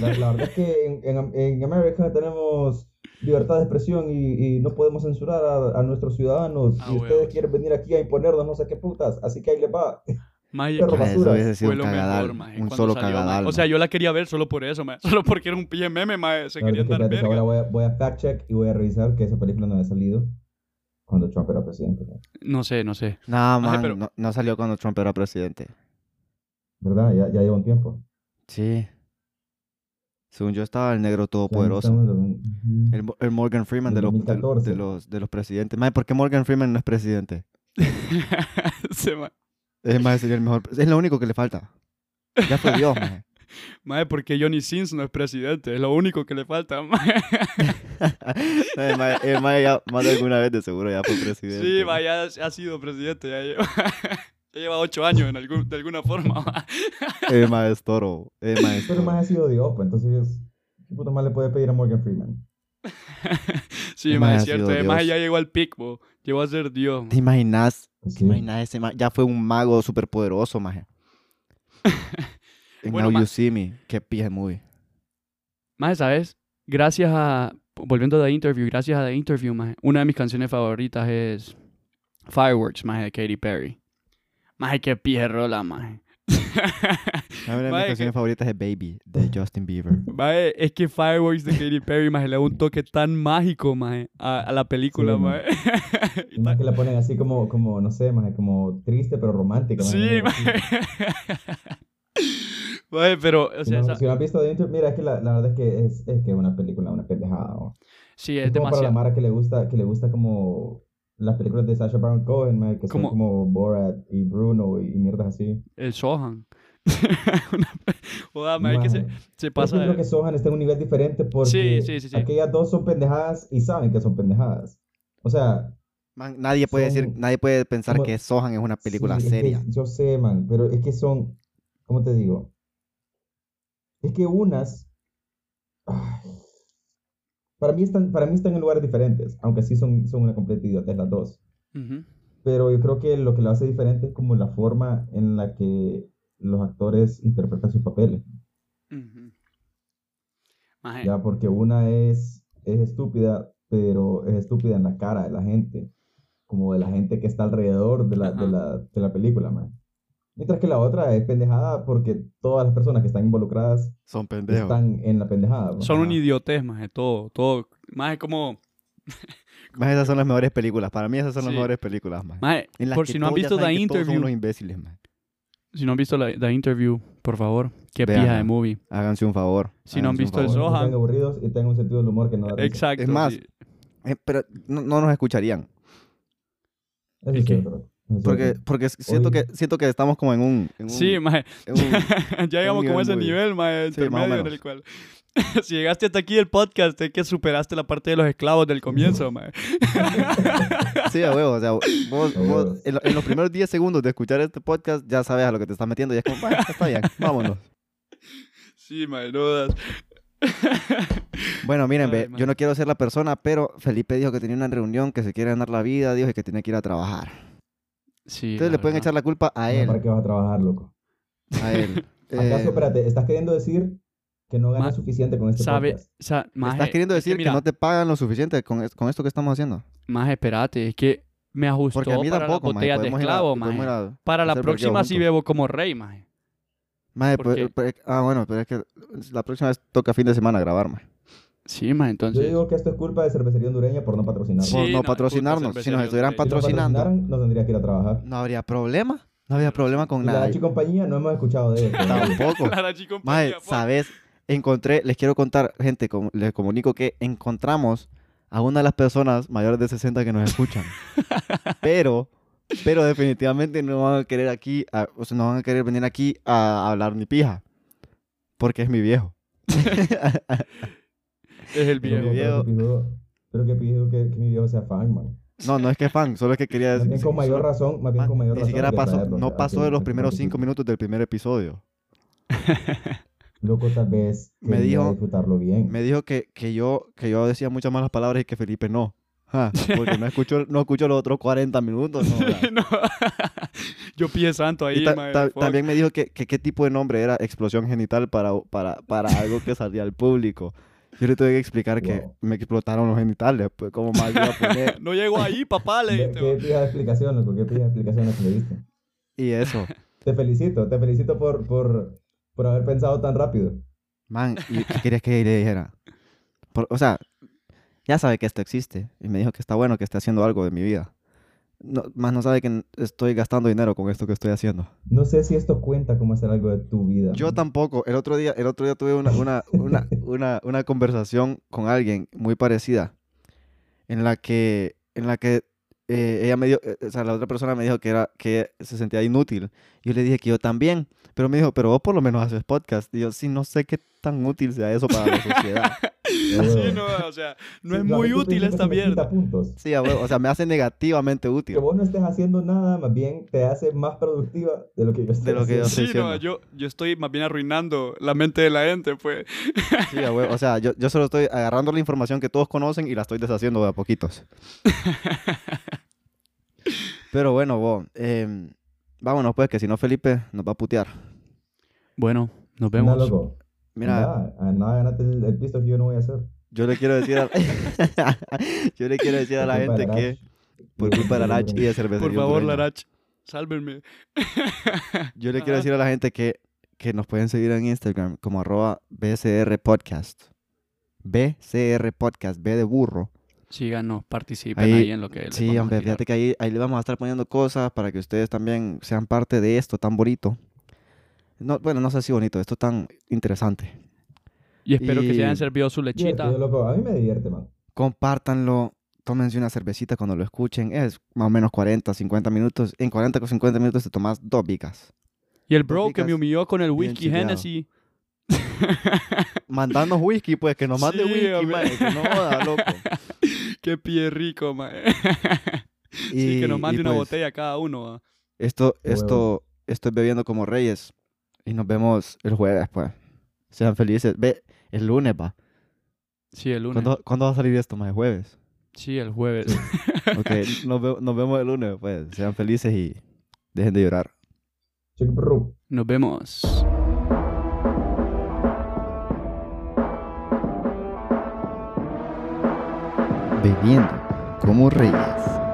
Speaker 3: La, la verdad es que en, en, en América tenemos libertad de expresión y, y no podemos censurar a, a nuestros ciudadanos.
Speaker 2: Ah,
Speaker 3: y ustedes
Speaker 2: huevos.
Speaker 3: quieren venir aquí a imponernos no sé qué putas, así que ahí les va.
Speaker 2: Maje,
Speaker 3: Perro
Speaker 1: Maje, eso
Speaker 3: basura.
Speaker 1: hubiese sido
Speaker 2: fue
Speaker 1: un
Speaker 2: lo
Speaker 1: cagadal.
Speaker 2: mejor, maje,
Speaker 1: un
Speaker 2: cuando
Speaker 1: solo
Speaker 2: salió, maje.
Speaker 1: cagadal.
Speaker 2: O sea, yo la quería ver solo por eso, maje. Solo porque era un pie meme, maje. Se querían
Speaker 3: Ahorita,
Speaker 2: dar
Speaker 3: espérate, que ahora
Speaker 2: verga.
Speaker 3: voy a, voy a fact check y voy a revisar que esa película no había salido cuando Trump era presidente. ¿no?
Speaker 2: No sé, no sé.
Speaker 1: no,
Speaker 2: Maje,
Speaker 1: man,
Speaker 2: pero-
Speaker 1: no, no salió cuando Trump era presidente.
Speaker 3: ¿Verdad? Ya, ya lleva un tiempo.
Speaker 1: Sí. Según yo estaba el negro
Speaker 3: Ya
Speaker 1: todopoderoso.
Speaker 3: estamos en-
Speaker 1: El, Mo- el Morgan Freeman de
Speaker 3: Del
Speaker 1: los, de,
Speaker 3: 2014.
Speaker 1: de los, de los presidentes. Mae, ¿por qué Morgan Freeman no es presidente?
Speaker 2: Se ma-
Speaker 1: Es más, sería el mejor. Es lo único que le falta. Ya fue Dios, maje.
Speaker 2: Maje, porque Johnny Sins no es presidente. Es lo único que le falta, maje.
Speaker 1: No, el mae- el mae ya más de alguna vez de seguro ya fue presidente.
Speaker 2: Sí, maje, ya ha sido presidente. Ya lleva, ya lleva ocho años en algún- de alguna forma, maje.
Speaker 1: El mae es toro. El mae es
Speaker 3: Pero
Speaker 1: toro.
Speaker 3: más ha sido de Opa, entonces, ¿qué puto más le puede pedir a Morgan Freeman?
Speaker 2: Sí,
Speaker 1: El
Speaker 2: maje,
Speaker 1: maje
Speaker 2: es
Speaker 1: ha
Speaker 2: cierto.
Speaker 1: sido
Speaker 2: El maje
Speaker 1: Dios.
Speaker 2: ya llegó al pico. Llegó a ser Dios,
Speaker 1: ¿Te imaginas
Speaker 3: Pues sí.
Speaker 1: Imagina ese ma- ya fue un mago superpoderoso, maje. En
Speaker 2: Bueno,
Speaker 1: Now
Speaker 2: ma-
Speaker 1: You See Me, qué pija movie.
Speaker 2: Más, ¿sabes? Gracias a. Volviendo a The Interview, gracias a The Interview, maje, una de mis canciones favoritas es Fireworks, maje, de Katy Perry. Maje, qué pierrola, maje.
Speaker 1: Una de mis
Speaker 2: Mae,
Speaker 1: canciones
Speaker 2: que-
Speaker 1: favoritas es Baby,
Speaker 3: Ah.
Speaker 1: de Justin Bieber.
Speaker 2: Maje, es que Fireworks de Katy Perry, maje, le da un toque tan mágico, maje, a, a la película,
Speaker 3: Sí,
Speaker 2: maje.
Speaker 3: Y más que la ponen así como, como no sé, más como triste pero romántica. más
Speaker 2: Sí,
Speaker 3: bien, así.
Speaker 2: maje. Maje, pero, o
Speaker 3: Si
Speaker 2: sea,
Speaker 3: no-
Speaker 2: esa-
Speaker 3: si no has visto The Interview, mira, es que la, la verdad es que es, es que es una película, una pendejada. ¿no?
Speaker 2: sí,
Speaker 3: Es,
Speaker 2: es
Speaker 3: como para la
Speaker 2: demasiado.
Speaker 3: Mara que le gusta, que le gusta como las películas de Sasha Baron Cohen, mae, que
Speaker 2: Como-
Speaker 3: son como Borat y Bruno y, y mierdas así.
Speaker 2: El Sohan. Una- Joda, maje, Ah, que se,
Speaker 3: Mae,
Speaker 2: se
Speaker 3: Yo
Speaker 2: pasa.
Speaker 3: siento
Speaker 2: de-
Speaker 3: que Sohan está en un nivel diferente porque
Speaker 2: sí, sí, sí.
Speaker 3: aquellas dos son pendejadas y saben que son pendejadas. O sea,
Speaker 1: Man, nadie puede decir,
Speaker 3: Son-
Speaker 1: nadie puede pensar
Speaker 3: como-
Speaker 1: que Sohan es una película
Speaker 3: Sí, es que
Speaker 1: seria.
Speaker 3: yo sé, man, pero es que son, ¿cómo te digo? Es que unas, ay, para mí están, para mí están en lugares diferentes, aunque sí son, son una completa idiotez las dos.
Speaker 2: Ujú.
Speaker 3: Pero yo creo que lo que lo hace diferente es como la forma en la que los actores interpretan sus papeles,
Speaker 2: Ujú. Maje,
Speaker 3: ya porque una es, es estúpida, pero es estúpida en la cara de la gente, como de la gente que está alrededor de la, de
Speaker 2: Ajá.
Speaker 3: la, de la película, man. Mientras que la otra es pendejada porque todas las personas que están involucradas
Speaker 1: Son pendejos.
Speaker 3: están en la pendejada. man.
Speaker 2: son un
Speaker 1: Ajá.
Speaker 2: idiotez, maje, todo, todo. Maje, como...
Speaker 1: Más esas son las mejores películas. Para mí esas son las
Speaker 2: Sí.
Speaker 1: mejores películas, maje.
Speaker 2: Maje,
Speaker 1: En las
Speaker 2: por
Speaker 1: que
Speaker 2: si no han
Speaker 1: todos ya
Speaker 2: visto The
Speaker 1: saben que todos son
Speaker 2: Interview,
Speaker 1: unos imbéciles, maje.
Speaker 2: si no han visto la, The Interview, por favor, qué
Speaker 1: Véanla.
Speaker 2: pija de movie.
Speaker 1: Háganse un favor.
Speaker 2: Si no han
Speaker 1: háganse un
Speaker 2: visto el
Speaker 1: favor.
Speaker 3: Son
Speaker 2: Sohan.
Speaker 3: están aburridos y tengan un sentido del humor que no da risa.
Speaker 2: Exacto.
Speaker 1: Es más,
Speaker 2: sí.
Speaker 1: Eh, pero no, no nos escucharían.
Speaker 3: Eso
Speaker 2: Es
Speaker 3: es
Speaker 2: que-
Speaker 3: cierto. eso es
Speaker 1: Porque,
Speaker 3: cierto.
Speaker 1: porque siento, que, siento que estamos como en un... en un-
Speaker 2: Sí, maje,
Speaker 1: en un-
Speaker 2: ya llegamos como
Speaker 1: nivel
Speaker 2: a ese
Speaker 1: muy-
Speaker 2: nivel, maje,
Speaker 1: Sí, más o
Speaker 2: intermedio en el
Speaker 1: menos.
Speaker 2: cual... si llegaste hasta aquí el podcast, es que superaste la parte de los esclavos del comienzo, maje.
Speaker 1: Sí, a huevo. O sea, vos,
Speaker 3: A
Speaker 1: vos
Speaker 3: huevo.
Speaker 1: en, lo- en los primeros 10 segundos de escuchar este podcast ya sabes a lo que te estás metiendo y es como, "Bueno, está bien, vámonos.
Speaker 2: Sí, maje, no das.
Speaker 1: Bueno, miren,
Speaker 2: Ay,
Speaker 1: ve,
Speaker 2: man.
Speaker 1: yo no quiero ser la persona, pero Felipe dijo que tenía una reunión, que se quiere ganar la vida, dijo, y que tenía que ir a trabajar.
Speaker 2: Sí,
Speaker 1: Entonces
Speaker 2: la
Speaker 1: le pueden
Speaker 2: verdad.
Speaker 1: echar la culpa a
Speaker 3: Bueno, ¿Para
Speaker 1: él.
Speaker 3: qué vas a trabajar, loco?
Speaker 1: A él. Eh,
Speaker 3: ¿Acaso, espérate, estás queriendo decir que no
Speaker 2: ma-
Speaker 3: ganas suficiente con este
Speaker 2: Sabe,
Speaker 3: podcast?
Speaker 2: sa- maje,
Speaker 1: estás queriendo
Speaker 2: es
Speaker 1: decir que,
Speaker 2: mira,
Speaker 1: no te pagan lo suficiente con, es- con esto que estamos haciendo.
Speaker 2: Maje, espérate, es que me ajustó
Speaker 1: Porque a mí
Speaker 2: para
Speaker 1: tampoco,
Speaker 2: las
Speaker 1: maje,
Speaker 2: botellas de
Speaker 1: podemos ir a-
Speaker 2: esclavo, maje.
Speaker 1: podemos ir a-
Speaker 2: Para la
Speaker 1: hacer
Speaker 2: próxima
Speaker 1: parqueo
Speaker 2: sí
Speaker 1: juntos.
Speaker 2: bebo como rey, maje.
Speaker 1: maje,
Speaker 2: ¿Por
Speaker 1: pues-
Speaker 2: qué?
Speaker 1: pues- ah, bueno, pero es que la próxima vez toca fin de semana grabar, maje.
Speaker 2: Sí,
Speaker 3: Yo
Speaker 2: maje, entonces...
Speaker 3: digo que esto es culpa de cervecería hondureña por no patrocinar.
Speaker 2: Sí,
Speaker 1: Por
Speaker 2: no,
Speaker 1: no
Speaker 2: es culpa
Speaker 1: patrocinarnos. Si
Speaker 2: cervecería
Speaker 1: nos estuvieran
Speaker 2: Hondureña.
Speaker 3: Si lo
Speaker 1: patrocinando,
Speaker 3: patrocinaran, no tendría que ir a trabajar.
Speaker 1: no habría problema. No habría problema con
Speaker 3: Y La
Speaker 1: nada.
Speaker 3: H compañía no hemos escuchado de esto.
Speaker 1: Tampoco.
Speaker 2: La pues. Arachi compañía,
Speaker 1: Mae,
Speaker 2: po.
Speaker 1: sabes, encontré, les quiero contar, gente, com- les comunico que encontramos a una de las personas mayores de 60 que nos escuchan. pero, pero definitivamente no van a querer aquí, a- o sea, no van a querer venir aquí a hablar ni pija. Porque es mi viejo.
Speaker 2: Es el
Speaker 3: Pero,
Speaker 2: viejo.
Speaker 1: Mi
Speaker 3: pero que pijudo- Pero que pido que, que mi viejo sea fan, man.
Speaker 1: No, no es que es fan, solo es que quería
Speaker 3: Más bien
Speaker 1: decir.
Speaker 3: con mayor razón, más bien con mayor
Speaker 1: ni
Speaker 3: razón
Speaker 1: siquiera
Speaker 3: hay que
Speaker 1: pasó,
Speaker 3: traerlo, o
Speaker 1: no
Speaker 3: sea,
Speaker 1: pasó
Speaker 3: sí,
Speaker 1: de los
Speaker 3: sí,
Speaker 1: primeros
Speaker 3: sí, sí.
Speaker 1: cinco minutos del primer episodio.
Speaker 3: Loco, tal vez
Speaker 1: Me
Speaker 3: quería
Speaker 1: dijo-
Speaker 3: disfrutarlo bien.
Speaker 1: Me dijo que, que, yo, que yo decía muchas malas palabras y que Felipe no. Ja, porque no escucho, no escucho los otros 40 minutos. no, la-
Speaker 2: No. Yo pie santo ahí,
Speaker 1: Y ta-
Speaker 2: mae,
Speaker 1: ta-
Speaker 2: fuck.
Speaker 1: también me dijo que, que qué tipo de nombre era explosión genital para, para, para algo que salía al público. Yo le tuve que explicar que
Speaker 3: Wow.
Speaker 1: me explotaron los genitales, pues como más iba a poner.
Speaker 2: No llego ahí, papá, le
Speaker 3: Ve-
Speaker 2: dijiste,
Speaker 3: Qué pija de explicación, loco, qué pija de explicación la que le diste.
Speaker 1: Y eso.
Speaker 3: Te felicito, te felicito por, por, por haber pensado tan rápido.
Speaker 1: Man, ¿y qué querías que le dijera? Por- o sea, ya sabe que esto existe y me dijo que está bueno, que esté haciendo algo de mi vida. No- más no sabe que n- estoy gastando dinero con esto que estoy haciendo.
Speaker 3: No sé si esto cuenta como hacer algo de tu vida.
Speaker 1: Yo
Speaker 3: man.
Speaker 1: tampoco. El otro día, el otro día tuve una, una, una, una, una conversación con alguien muy parecida en la que, en la que eh, ella me dio, eh, o sea, la otra persona me dijo que, era, que se sentía inútil. Yo le dije que yo también, pero me dijo, pero vos por lo menos haces podcast. Y yo, sí, no sé qué tan útil sea eso para la sociedad.
Speaker 2: Sí, no, o sea, no es
Speaker 3: Sí, lo que
Speaker 2: muy
Speaker 3: tú te
Speaker 2: útil
Speaker 3: dices
Speaker 2: esta
Speaker 3: me quita
Speaker 2: mierda.
Speaker 3: puntos.
Speaker 1: Sí, a huevo, o sea, me hace negativamente útil.
Speaker 3: Que vos no estés haciendo nada, más bien te hace más productiva de lo que yo estoy
Speaker 1: De lo que yo
Speaker 3: haciendo.
Speaker 1: estoy
Speaker 2: Sí, no,
Speaker 1: diciendo.
Speaker 2: yo, yo estoy más bien arruinando la mente de la gente, pues.
Speaker 1: Sí, a huevo. O sea, yo, yo solo estoy agarrando la información que todos conocen y la estoy deshaciendo de a poquitos. Pero bueno, vos, em, vámonos pues, que si no Felipe nos va a putear.
Speaker 2: Bueno, nos
Speaker 3: Anda,
Speaker 2: vemos.
Speaker 3: loco.
Speaker 1: Mira,
Speaker 3: Nada, a nada ganaste el, el pisto que yo no voy a hacer.
Speaker 1: yo le quiero decir a... yo le quiero decir a la gente que por culpa de la Arach y de cerveza.
Speaker 2: Por favor, Larach, sálvenme.
Speaker 1: Yo le quiero decir a la gente que, que nos pueden seguir en Instagram como arroba BCR Podcast. BCR Podcast, B de burro.
Speaker 2: Síganos, participen ahí,
Speaker 1: Ahí-
Speaker 2: en lo que les
Speaker 1: Sí,
Speaker 2: vamos a
Speaker 1: hombre,
Speaker 2: tirar.
Speaker 1: fíjate que ahí, ahí le vamos a estar poniendo cosas para que ustedes también sean parte de esto tan bonito. No, bueno, no sé si bonito, esto tan interesante.
Speaker 2: Y espero que se
Speaker 1: y-
Speaker 2: hayan servido su lechita.
Speaker 3: Divertido, loco. A mí me divierte, man.
Speaker 1: Compártanlo, tómense una cervecita cuando lo escuchen. Es más o menos 40, 50 minutos. En 40 o 50 minutos te tomas dos vicas.
Speaker 2: Y el bro que
Speaker 1: Chicas,
Speaker 2: me humilló con el
Speaker 1: bien
Speaker 2: whisky
Speaker 1: chipeado.
Speaker 2: Hennessy.
Speaker 1: Mandanos whisky, pues, que nos mande
Speaker 2: Sí,
Speaker 1: whisky,
Speaker 2: hombre.
Speaker 1: mae, que no joda, loco.
Speaker 2: Qué pie rico, mae.
Speaker 1: Y,
Speaker 2: Sí, que nos
Speaker 1: y
Speaker 2: mande una
Speaker 1: pues,
Speaker 2: botella cada uno. ah.
Speaker 1: Esto,
Speaker 3: Qué huevos.
Speaker 1: esto, estoy bebiendo como reyes. Y nos vemos el jueves, pues. Sean felices. Ve, el lunes, va.
Speaker 2: Sí, el lunes.
Speaker 1: ¿Cuándo, cuándo va a salir esto, más? ¿Jueves?
Speaker 2: Sí, el jueves.
Speaker 3: Sí.
Speaker 1: Ok, nos, ve- nos vemos el lunes, pues. Sean felices y dejen de llorar.
Speaker 3: Chick, bro.
Speaker 2: Nos vemos.
Speaker 1: Bebiendo como reyes.